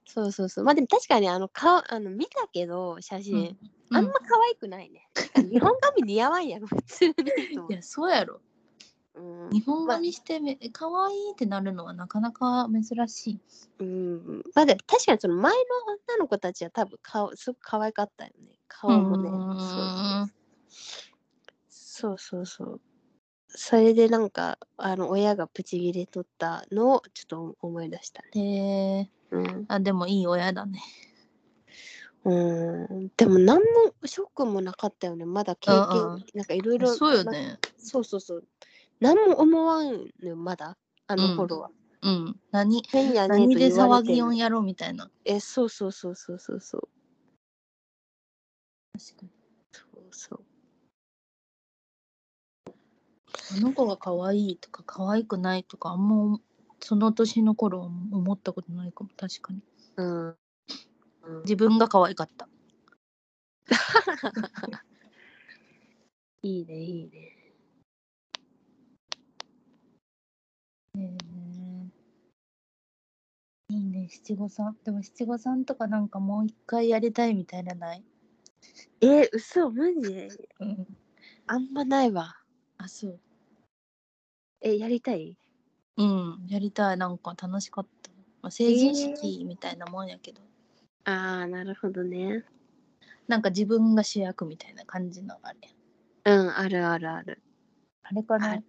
[SPEAKER 2] そうそうそう。まあでも確かにあの顔、あの見たけど、写真。
[SPEAKER 1] うん
[SPEAKER 2] あんま可愛くないね。日本髪似合わんやろ、普通にと思
[SPEAKER 1] いや、そうやろ。
[SPEAKER 2] う。
[SPEAKER 1] 日本髪してめ、可愛いってなるのはなかなか珍しい。
[SPEAKER 2] うん。うん。まあでも確かにその前の女の子たちは多分顔、すごく可愛かったよね。顔もね。
[SPEAKER 1] うーん
[SPEAKER 2] そうそうそうそう。それでなんかあの親がプチ切れとったのをちょっと思い出したね。
[SPEAKER 1] へえ。
[SPEAKER 2] うん、
[SPEAKER 1] あ、でもいい親だね。
[SPEAKER 2] うん、でも何もショックもなかったよね。まだ経験、
[SPEAKER 1] うんうん
[SPEAKER 2] なんかいろいろ。
[SPEAKER 1] そうよ
[SPEAKER 2] なんか。
[SPEAKER 1] ね。
[SPEAKER 2] そうそうそう。何も思わんのよ、まだ。あの頃は。
[SPEAKER 1] うん。何、
[SPEAKER 2] 変やね
[SPEAKER 1] 何
[SPEAKER 2] と
[SPEAKER 1] で
[SPEAKER 2] 言わ
[SPEAKER 1] 騒
[SPEAKER 2] れて
[SPEAKER 1] ぎ
[SPEAKER 2] も
[SPEAKER 1] 音やろうみたいな。
[SPEAKER 2] え、そうそうそうそうそうそう。
[SPEAKER 1] 確かに。
[SPEAKER 2] そうそう。
[SPEAKER 1] あの子が可愛いとか可愛くないとかあんまその年の頃は思ったことないかも確かに
[SPEAKER 2] うん。うん
[SPEAKER 1] 自分が可愛かった
[SPEAKER 2] いいね、いいね。
[SPEAKER 1] いいね七五三でも七五三とかなんかもう一回やりたいみたいなない、
[SPEAKER 2] え、嘘、マジ
[SPEAKER 1] うん、
[SPEAKER 2] あんまないわ。
[SPEAKER 1] あそう
[SPEAKER 2] え、やりたい
[SPEAKER 1] うんやりたいなんか楽しかった、まあ、成人式みたいなもんやけど、
[SPEAKER 2] ああ、なるほどね。
[SPEAKER 1] なんか自分が主役みたいな感じのあれ
[SPEAKER 2] うん、あるあるある。
[SPEAKER 1] あれか
[SPEAKER 2] は
[SPEAKER 1] ない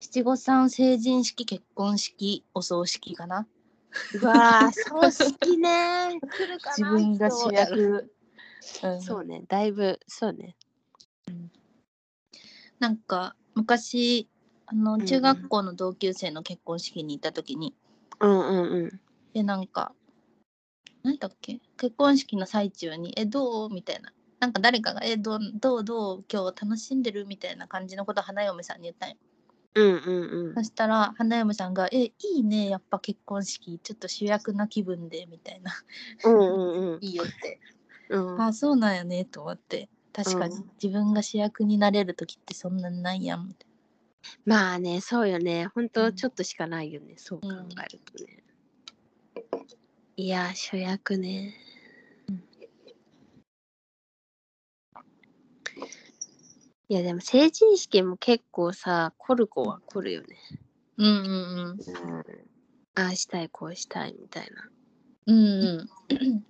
[SPEAKER 1] 七五三成人式結婚式お葬式かな
[SPEAKER 2] うわあ、葬式ね。来るか
[SPEAKER 1] 自
[SPEAKER 2] な。
[SPEAKER 1] 分が主役、
[SPEAKER 2] 人。そうね、だいぶ、そうね。
[SPEAKER 1] なんか昔あ
[SPEAKER 2] う
[SPEAKER 1] の
[SPEAKER 2] んうん
[SPEAKER 1] 中学校の同級生の結婚式に行った時に、
[SPEAKER 2] うんうんうん。
[SPEAKER 1] でなんか何だっけ結婚式の最中に「えどう?」みたいななんか誰かが「えどうどうどう今日楽しんでる?」みたいな感じのことを花嫁さんに言ったんよ
[SPEAKER 2] うんうんう
[SPEAKER 1] そ
[SPEAKER 2] ん。
[SPEAKER 1] したら花嫁さんが「えいいねやっぱ結婚式ちょっと主役な気分で」みたいな
[SPEAKER 2] うんうん
[SPEAKER 1] 「 *laughs* いいよ」って
[SPEAKER 2] うん。うん
[SPEAKER 1] あそうなんやねと思って確かに
[SPEAKER 2] うん
[SPEAKER 1] 自分が主役になれる時ってそんなんないやんみたい
[SPEAKER 2] まあね、そうよね。本
[SPEAKER 1] う
[SPEAKER 2] 当
[SPEAKER 1] ん
[SPEAKER 2] ちょっとしかないよね。そう考えるとね。いやー、主役ね。いやでも成人式も結構さ凝る子は凝るよね。
[SPEAKER 1] なうんうんうん
[SPEAKER 2] うん、ああしたいこうしたいみたいな。
[SPEAKER 1] うんうん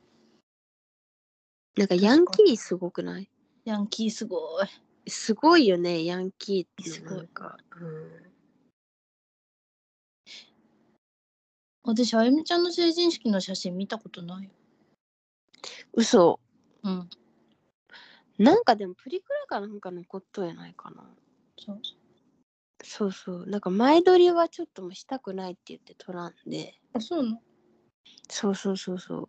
[SPEAKER 2] なんかヤンキーすごくない
[SPEAKER 1] ヤンキーすごい。
[SPEAKER 2] すごいよね、ヤンキーって
[SPEAKER 1] すごい
[SPEAKER 2] なんか。うん
[SPEAKER 1] 私、あゆみちゃんの成人式の写真見たことないよ。
[SPEAKER 2] 嘘。
[SPEAKER 1] うん。
[SPEAKER 2] なんかでもプリクラかなんか残っとやないかな。
[SPEAKER 1] そう。
[SPEAKER 2] そうそう。なんか前撮りはちょっともうしたくないって言って撮らんで。
[SPEAKER 1] あ、そうなの
[SPEAKER 2] そうそうそうそう。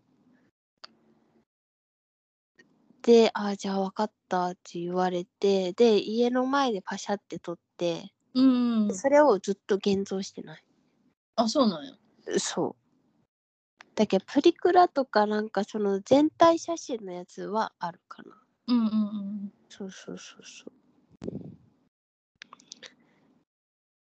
[SPEAKER 2] で、ああ、じゃあ分かったって言われて、で、家の前でパシャって撮って、
[SPEAKER 1] うんうん。
[SPEAKER 2] それをずっと現像してない。
[SPEAKER 1] あ、そうなんや。
[SPEAKER 2] そう。だけどプリクラとかなんかその全体写真のやつはあるかな。
[SPEAKER 1] うんうんうん。
[SPEAKER 2] そうそうそうそう。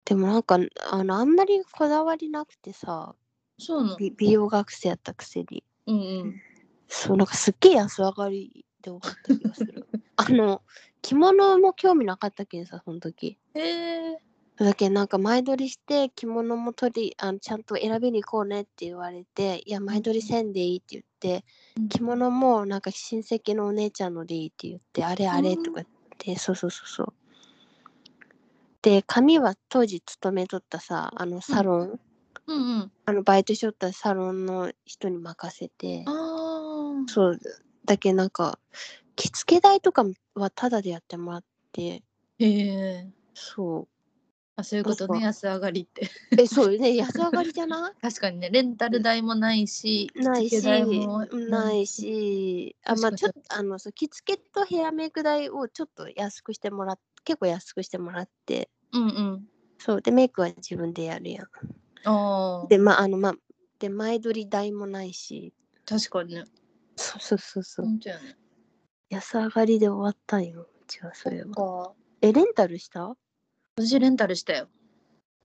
[SPEAKER 2] でもなんかあのあんまりこだわりなくてさ
[SPEAKER 1] そうなの。
[SPEAKER 2] び美容学生やったくせに
[SPEAKER 1] うんうん。
[SPEAKER 2] そうなんかすっげえ安上がりで終わった気が
[SPEAKER 1] *laughs*
[SPEAKER 2] するあの着物も興味なかったけんさその時
[SPEAKER 1] へえ。
[SPEAKER 2] だけどなんか前撮りして着物も取りあのちゃんと選びに行こうねって言われていや前撮りせんでいいって言って着物もなんか親戚のお姉ちゃんのでいいって言ってあれあれとか言ってそうそうそうそうで髪は当時勤めとったさあのサロン、
[SPEAKER 1] うんうん。
[SPEAKER 2] あのバイトしとったサロンの人に任せて
[SPEAKER 1] ああ。
[SPEAKER 2] そうだけどなんか着付け代とかはタダでやってもらって
[SPEAKER 1] へえ。
[SPEAKER 2] そう
[SPEAKER 1] あそういうことね、安上がりって。 *laughs*
[SPEAKER 2] えそうね安上がりじゃない
[SPEAKER 1] 確かにね、レンタル代もないし、
[SPEAKER 2] ない
[SPEAKER 1] *laughs* 着
[SPEAKER 2] し、
[SPEAKER 1] 付け代も
[SPEAKER 2] ない。し、あ、まあ、
[SPEAKER 1] 確
[SPEAKER 2] ち
[SPEAKER 1] か
[SPEAKER 2] ょっ
[SPEAKER 1] に
[SPEAKER 2] と、あの、そう、着付けとヘアメイク代をちょっと安くしてもらっ、結構安くしてもらって、
[SPEAKER 1] うんうん。
[SPEAKER 2] そう、で、メイクは自分でやるやん。
[SPEAKER 1] ああ。
[SPEAKER 2] で、まあ、あの、まあ、で、前撮り代もないし、
[SPEAKER 1] 確かにね。
[SPEAKER 2] そうそうそうそう、
[SPEAKER 1] 本当やね。
[SPEAKER 2] 安上がりで終わったんよ、うちはそれは。
[SPEAKER 1] か。
[SPEAKER 2] え、レンタルした
[SPEAKER 1] 私レンタルしたよ。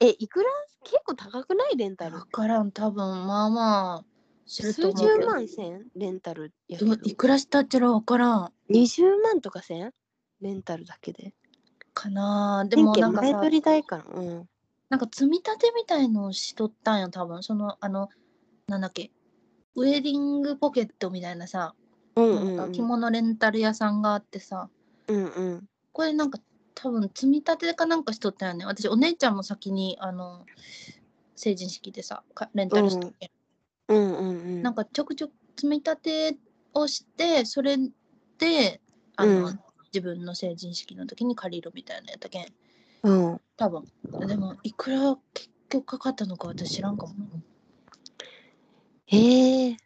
[SPEAKER 2] え、いくら結構高くないレンタル
[SPEAKER 1] わ。からん、多分まあまあ。すると
[SPEAKER 2] 数
[SPEAKER 1] 思う
[SPEAKER 2] 十
[SPEAKER 1] けど
[SPEAKER 2] 万せんレンタルやけ
[SPEAKER 1] う
[SPEAKER 2] ど
[SPEAKER 1] わ。いくらしたっちゃろわからん。
[SPEAKER 2] 20万とかせんレンタルだけで。
[SPEAKER 1] かなあで
[SPEAKER 2] でも
[SPEAKER 1] もなんか
[SPEAKER 2] 前
[SPEAKER 1] さ
[SPEAKER 2] 撮り代かな。うん。
[SPEAKER 1] なんか積み立てみたいのをしとったんよ多分そのあのなんだっけウェディングポケットみたいなさ、
[SPEAKER 2] うん
[SPEAKER 1] な
[SPEAKER 2] うんんう
[SPEAKER 1] か
[SPEAKER 2] ん
[SPEAKER 1] 着物レンタル屋さんがあってさ
[SPEAKER 2] うんうん
[SPEAKER 1] これなんか多分積み立てかなんかしとったよね私お姉ちゃんも先にあの成人式でさかレンタルしたっけ、
[SPEAKER 2] うんうん
[SPEAKER 1] なんかちょくちょく積み立てをしてそれであの、
[SPEAKER 2] うん
[SPEAKER 1] 自分の成人式の時に借りるみたいなやったけん
[SPEAKER 2] うん
[SPEAKER 1] 多分でもいくら結局かかったのか私知らんかも
[SPEAKER 2] ええ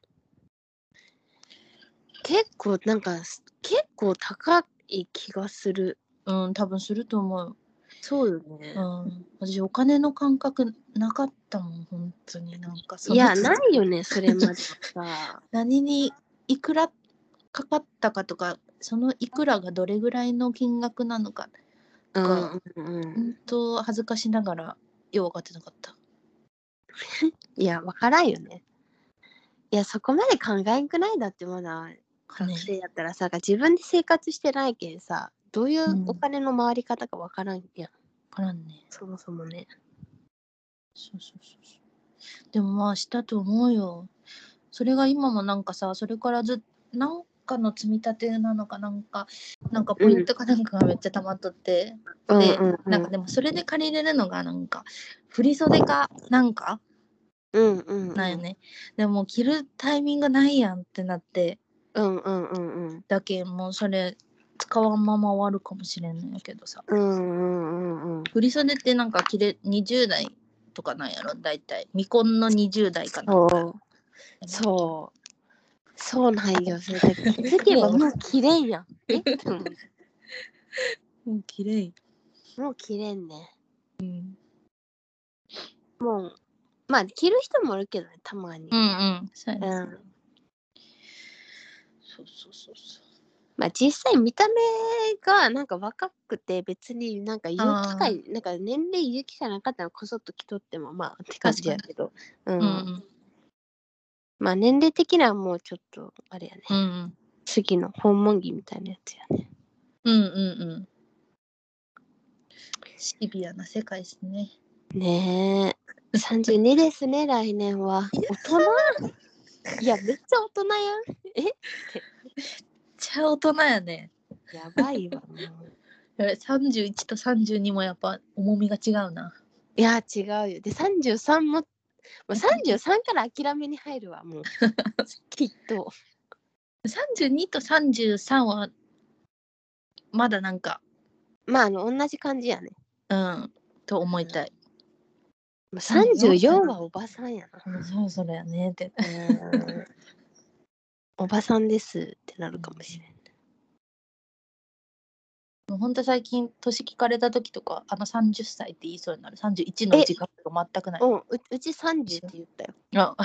[SPEAKER 2] 結構なんかす結構高い気がする
[SPEAKER 1] うん多分すると思う、
[SPEAKER 2] そうよね
[SPEAKER 1] うん、私お金の感覚なかったもん本当になんかそ
[SPEAKER 2] い
[SPEAKER 1] の
[SPEAKER 2] やないよねそれまでさ
[SPEAKER 1] 何にいくらかかったかとかそのいくらがどれぐらいの金額なのか
[SPEAKER 2] *laughs* うん
[SPEAKER 1] か
[SPEAKER 2] うんうん
[SPEAKER 1] 本当恥ずかしながらよう分かってなかった
[SPEAKER 2] いやわからんよねいやそこまで考えんくないだってまだ学生やったらさ、自分で生活してないけんさどういうお金の回り方かわからんやん、
[SPEAKER 1] 分からんね
[SPEAKER 2] そもそもね
[SPEAKER 1] そうそうそうそうでもまあしたと思うよそれが今もなんかさそれからずなんかの積み立てなのかなんかなんかポイントかなんかがめっちゃ溜まっとって、で、
[SPEAKER 2] うんうんうん、
[SPEAKER 1] なんかでもそれで借りれるのがなんか振袖かなんか
[SPEAKER 2] うんうんうん
[SPEAKER 1] なんよね、でも着るタイミングないやんってなって
[SPEAKER 2] うんうんうんうん
[SPEAKER 1] だけんもうそれ使わんまま終わるかもしれんのやけどさ
[SPEAKER 2] うんうんうん
[SPEAKER 1] 振袖ってなんか着れ20代とかなんやろ大体未婚の20代かな
[SPEAKER 2] そうそうそうなんよそれだけ気づけばもう切れんやんえ
[SPEAKER 1] ううん綺麗
[SPEAKER 2] もう切れんね
[SPEAKER 1] うん
[SPEAKER 2] もうまあ切る人もおるけどねたまに
[SPEAKER 1] うんうんそうや
[SPEAKER 2] う
[SPEAKER 1] ね
[SPEAKER 2] ん
[SPEAKER 1] そうそうそうそう
[SPEAKER 2] まあ実際見た目がなんか若くて別になんか言う機会なんか年齢言う機会なかったらこそっと着とってもまあって感じやけどう
[SPEAKER 1] うんん
[SPEAKER 2] まあ年齢的にはもうちょっとあれやね
[SPEAKER 1] うん
[SPEAKER 2] 次の訪問着みたいなやつやね
[SPEAKER 1] うんうんうんうんシビアな世界ですね
[SPEAKER 2] ねえ、32ですね、来年は。大 *laughs* 人いや、めっちゃ大人
[SPEAKER 1] めっちゃ大人やね
[SPEAKER 2] やん。やばいわ、もう。
[SPEAKER 1] やべ31と32もやっぱ重みが違うない
[SPEAKER 2] や、違うよ。で、33も、もう33から諦めに入るわ、も *laughs* う。きっと。
[SPEAKER 1] 32と33はまだなんか
[SPEAKER 2] まあ、あの、同じ感じやね。
[SPEAKER 1] うんと思いたい、
[SPEAKER 2] もう34はおばさんやな。
[SPEAKER 1] そろそろやねって
[SPEAKER 2] うんおばさんですってなるかもしれん。
[SPEAKER 1] もうほんと最近年聞かれた時とかあの30歳って言いそうになる31の自覚が全くない
[SPEAKER 2] うん、ううち30って言ったよ。
[SPEAKER 1] あ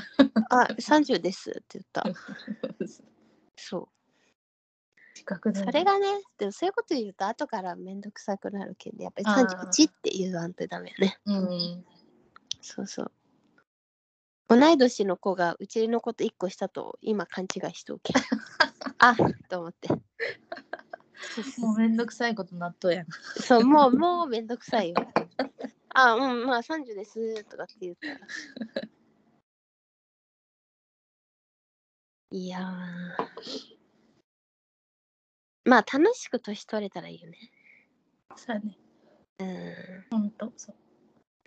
[SPEAKER 2] あ、30ですって言った。そう。
[SPEAKER 1] 覚だ、ね、
[SPEAKER 2] それがね、でもそういうこと言うと後からめんどくさくなるけんで、やっぱり
[SPEAKER 1] あー
[SPEAKER 2] 31って言わんとダメよね。
[SPEAKER 1] うん
[SPEAKER 2] そうそう。同い年の子がうちのこと1個したと今勘違いして *laughs* おけ。あと思って。
[SPEAKER 1] もうめんどくさいこと納豆やん
[SPEAKER 2] そう、もう、もうめんどくさいよ。あ、うん、まあ30ですとかって言ったら。いやー。まあ楽しく年取れたらいいよね。
[SPEAKER 1] さあね
[SPEAKER 2] う。
[SPEAKER 1] ほんとそ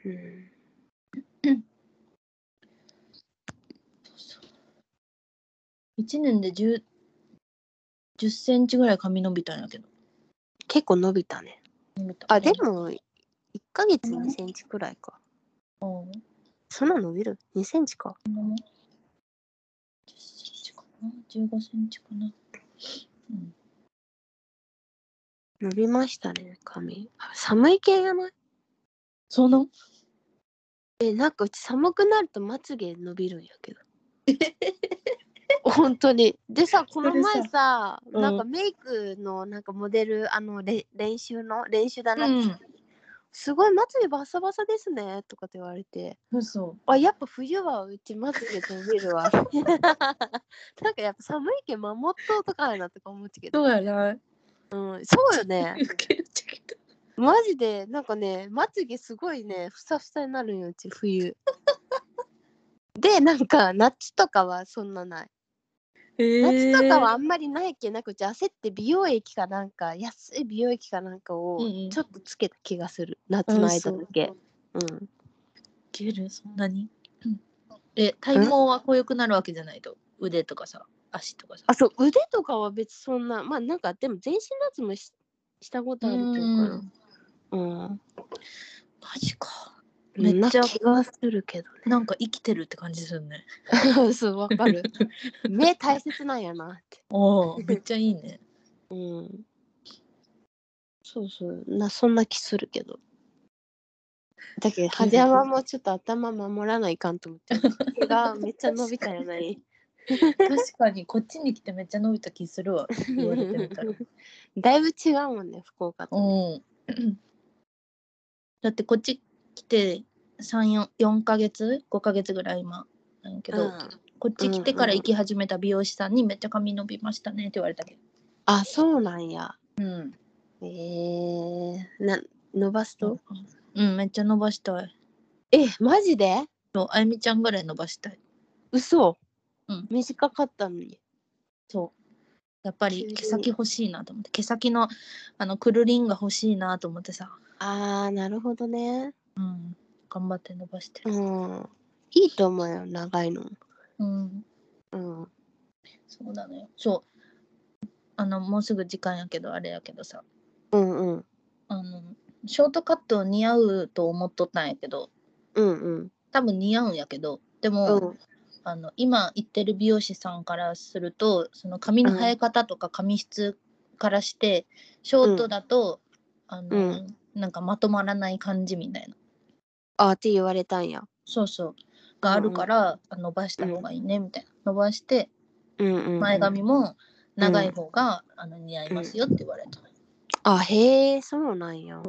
[SPEAKER 1] うん
[SPEAKER 2] うん。
[SPEAKER 1] 1年で1 0センチぐらい髪伸びたんやけど
[SPEAKER 2] 結構伸びたね。
[SPEAKER 1] 伸びた
[SPEAKER 2] あ、でも、1ヶ月2センチくらいか。
[SPEAKER 1] うん
[SPEAKER 2] そんな伸びる ?2 センチか。
[SPEAKER 1] 10センチかな15センチかなうん
[SPEAKER 2] 伸びましたね、髪。あ寒い系やない
[SPEAKER 1] そうなん
[SPEAKER 2] え、なんかうち寒くなるとまつげ伸びるんや
[SPEAKER 1] *laughs*
[SPEAKER 2] けど。本当に。でさ、この前さ、
[SPEAKER 1] うん
[SPEAKER 2] なんかメイクのなんかモデル、あのれ練習の練習だな、
[SPEAKER 1] うん
[SPEAKER 2] すごいまつげバサバサですねとかって言われて、
[SPEAKER 1] 嘘
[SPEAKER 2] あ、やっぱ冬はうちまつげ伸び
[SPEAKER 1] *laughs*
[SPEAKER 2] るわ。なんかやっぱ寒いけん守っとうとかやなとか思ってけど、
[SPEAKER 1] そうやな
[SPEAKER 2] うん、そうよね。
[SPEAKER 1] 受けるっちゃけど
[SPEAKER 2] マジでなんかねまつげすごいねふさふさになるんようち *laughs* 冬でなんか夏とかはそんなない、夏とかはあんまりないけんなんかうち焦って美容液かなんか安い美容液かなんかを
[SPEAKER 1] うんうん
[SPEAKER 2] ちょっとつけた気がする、夏の間だけうん
[SPEAKER 1] 受けるそんなに、うんえ体毛はこうよくなるわけじゃないと腕とかさ足とかさ
[SPEAKER 2] あそう腕とかは別そんなまあなんかでも全身脱毛ししたことあるけど
[SPEAKER 1] うん
[SPEAKER 2] うん、うん、
[SPEAKER 1] マジか
[SPEAKER 2] めっちゃ
[SPEAKER 1] めっちゃ
[SPEAKER 2] 気がするけど
[SPEAKER 1] なんか生きてるって感じするね
[SPEAKER 2] ね *laughs* そうわかる *laughs* 目大切なんやなって
[SPEAKER 1] お *laughs* おめっちゃいいね
[SPEAKER 2] うん。そうそう。な、そんな気するけど。だけど、
[SPEAKER 1] 気づい
[SPEAKER 2] は
[SPEAKER 1] て
[SPEAKER 2] じゃまもちょっと頭守らないかんと思って。
[SPEAKER 1] *laughs*
[SPEAKER 2] 毛がめっちゃ伸びたよね。
[SPEAKER 1] 確かにこっちに来てめっちゃ伸びた気するわ言われてみたら
[SPEAKER 2] だいぶ違うもんね、福岡
[SPEAKER 1] *laughs*
[SPEAKER 2] と。
[SPEAKER 1] うん *clears throat* だってこっち来て34ヶ月5ヶ月ぐらい今なんやけど、
[SPEAKER 2] うん
[SPEAKER 1] こっち来てから行き始めた美容師さんにめっちゃ髪伸びましたねって言われたけど
[SPEAKER 2] あ、そうなんや。
[SPEAKER 1] うん
[SPEAKER 2] えー、な伸ばすと、
[SPEAKER 1] うんめっちゃ伸ばしたい
[SPEAKER 2] え、マジで
[SPEAKER 1] そうあゆみちゃんぐらい伸ばしたい
[SPEAKER 2] 嘘、
[SPEAKER 1] うん
[SPEAKER 2] 短かったのに。
[SPEAKER 1] そうやっぱり
[SPEAKER 2] 急に
[SPEAKER 1] 毛先欲しいなと思って毛先のあのくるりんが欲しいなと思ってさ
[SPEAKER 2] あー、なるほどね。
[SPEAKER 1] うん頑張って伸ばして
[SPEAKER 2] う
[SPEAKER 1] る
[SPEAKER 2] ん。いいと思うよ、長いのも。
[SPEAKER 1] うん
[SPEAKER 2] うん。
[SPEAKER 1] そうなのよ。そう。あの、もうすぐ時間やけど、あれやけどさ。
[SPEAKER 2] うんうん。
[SPEAKER 1] あの、ショートカット似合うと思っとったんやけど、
[SPEAKER 2] うんうん。
[SPEAKER 1] 多分似合うんやけど、でも、
[SPEAKER 2] うん
[SPEAKER 1] あの今行ってる美容師さんからすると、その髪の生え方とか髪質からして、ショートだと、あの、
[SPEAKER 2] う
[SPEAKER 1] なんかまとまらない感じみたいな。
[SPEAKER 2] あーって言われたんや。
[SPEAKER 1] そうそう。があるから、あ伸ばした方がいいね、みたいな。伸ばして、
[SPEAKER 2] うんうんうん、
[SPEAKER 1] 前髪も長い方が、あの似合いますよって言われた。
[SPEAKER 2] あへえそうなんや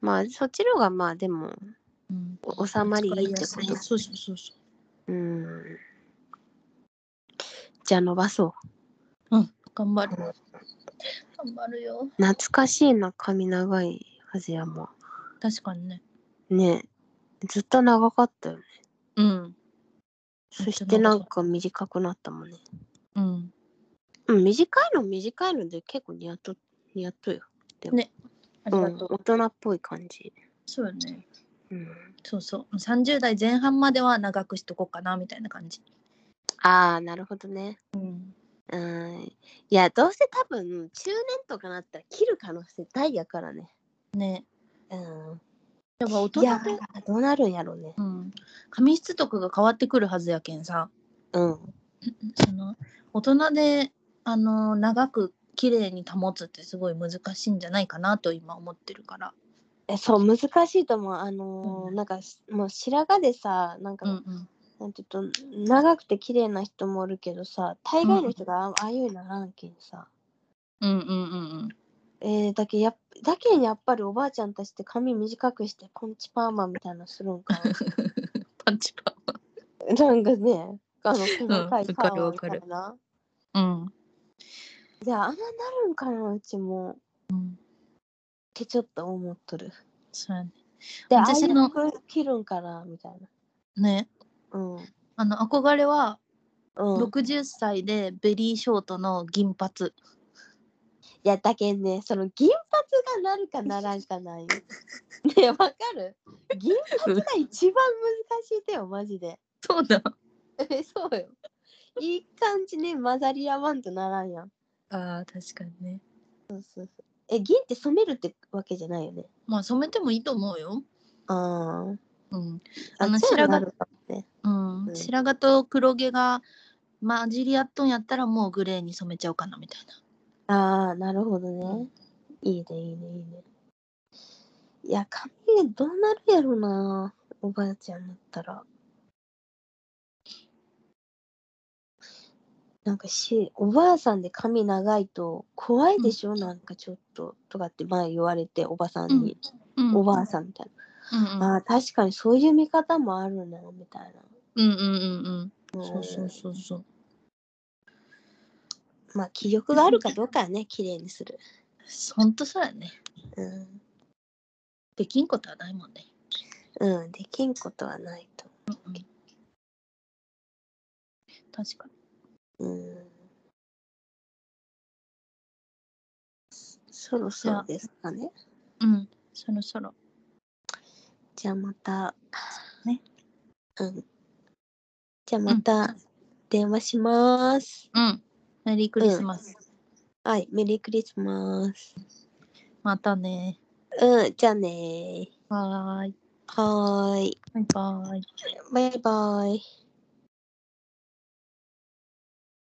[SPEAKER 2] まあそっちの方がまあでも
[SPEAKER 1] うん
[SPEAKER 2] お収まりいいってこと
[SPEAKER 1] そうそうそうそ
[SPEAKER 2] うんじゃあ伸ばそう
[SPEAKER 1] う。うん、頑張る。頑張るよ。
[SPEAKER 2] 懐かしいな髪長いはずやも
[SPEAKER 1] 確かにね。
[SPEAKER 2] ねえずっと長かったよね
[SPEAKER 1] うん。
[SPEAKER 2] そしてなんか短くなったもんね
[SPEAKER 1] うん。
[SPEAKER 2] うん短いの短いので結構似合っと似合っとよ
[SPEAKER 1] あり
[SPEAKER 2] う
[SPEAKER 1] が
[SPEAKER 2] ん
[SPEAKER 1] とう。
[SPEAKER 2] 大人っぽい感じ
[SPEAKER 1] そうよね。
[SPEAKER 2] うん
[SPEAKER 1] そうそう。30代前半までは長くしとこうかなみたいな感じ。
[SPEAKER 2] ああなるほどね
[SPEAKER 1] うん。
[SPEAKER 2] うんいやどうせ多分中年とかなったら切る可能性大やからね。
[SPEAKER 1] ね。
[SPEAKER 2] うん、
[SPEAKER 1] やっぱ大人
[SPEAKER 2] いや
[SPEAKER 1] で、
[SPEAKER 2] どうなるんやろうね。
[SPEAKER 1] うん、髪質とかが変わってくるはずやけんさ。
[SPEAKER 2] うん。
[SPEAKER 1] その大人であの長く綺麗に保つってすごい難しいんじゃないかなと今思ってるから。
[SPEAKER 2] えそう難しいと思う。あのー
[SPEAKER 1] うん
[SPEAKER 2] なんかしもう白髪でさなんか、
[SPEAKER 1] うんうん。
[SPEAKER 2] なんていうと長くて綺麗な人もおるけどさ大概の人があああいうのならんけんさ、
[SPEAKER 1] うんうんうん
[SPEAKER 2] えー、だけやっだけんやっぱりおばあちゃんたちって髪短くしてパンチパーマみたいなのするんか
[SPEAKER 1] うん。パンチパン
[SPEAKER 2] な *laughs* なんかねあの細かいパーマ
[SPEAKER 1] わ
[SPEAKER 2] み
[SPEAKER 1] か
[SPEAKER 2] た
[SPEAKER 1] る
[SPEAKER 2] いな、
[SPEAKER 1] うん。
[SPEAKER 2] じゃああんななるんかなうちもってちょっと思っとる
[SPEAKER 1] そうやね。
[SPEAKER 2] でああい
[SPEAKER 1] 私
[SPEAKER 2] う
[SPEAKER 1] の
[SPEAKER 2] 服着るんかなみたい
[SPEAKER 1] ね。
[SPEAKER 2] なうん
[SPEAKER 1] あの憧れは
[SPEAKER 2] うん、い
[SPEAKER 1] 60歳でベリーショートの銀髪。
[SPEAKER 2] やだけんねその銀髪がなるかならんかなん *laughs* よねわかる銀髪が一番難しいだよマジで *laughs*
[SPEAKER 1] そうだ。
[SPEAKER 2] えそうよいい感じね混ざり合わんとならんやん
[SPEAKER 1] ああ、確かにね。
[SPEAKER 2] え銀って染めるってわけじゃないよね
[SPEAKER 1] まあ染めてもいいと思うよ。
[SPEAKER 2] あー
[SPEAKER 1] うん。
[SPEAKER 2] あ
[SPEAKER 1] あの
[SPEAKER 2] そういう
[SPEAKER 1] 白髪
[SPEAKER 2] なるかもね
[SPEAKER 1] うん
[SPEAKER 2] う。ん
[SPEAKER 1] 白髪と黒毛が混じり合っとんやったらもうグレーに染めちゃおうかなみたい
[SPEAKER 2] ああなるほどね、
[SPEAKER 1] うん
[SPEAKER 2] いいねいいねいいねいや髪どうなるやろなおばあちゃんだったらなんかしおばあさんで髪長いと怖いでしょ、なんかちょっととかって前言われておばさんに、
[SPEAKER 1] な。うん
[SPEAKER 2] おばあさんみたいな
[SPEAKER 1] うんうん
[SPEAKER 2] あー確かにそういう見方もあるなみたい
[SPEAKER 1] うんうんうんう
[SPEAKER 2] な。
[SPEAKER 1] ん。そうそうそうそう。
[SPEAKER 2] うんまあ気力があるかどうかはね綺麗にする。
[SPEAKER 1] ほんとそうやね。
[SPEAKER 2] うん、
[SPEAKER 1] できんことはないもんね。
[SPEAKER 2] うん、できんことはないと。
[SPEAKER 1] 確かに。
[SPEAKER 2] うん、そろそろですかね。
[SPEAKER 1] うん。そろそろ。
[SPEAKER 2] じゃあまた。
[SPEAKER 1] ね。
[SPEAKER 2] うん。じゃあまた電話します。
[SPEAKER 1] うん。メリークリスマス。
[SPEAKER 2] はい、メリークリスマス。
[SPEAKER 1] またね。
[SPEAKER 2] うん、じゃあねー。
[SPEAKER 1] はーい。
[SPEAKER 2] はーい。
[SPEAKER 1] バイバイ。
[SPEAKER 2] バイバイ。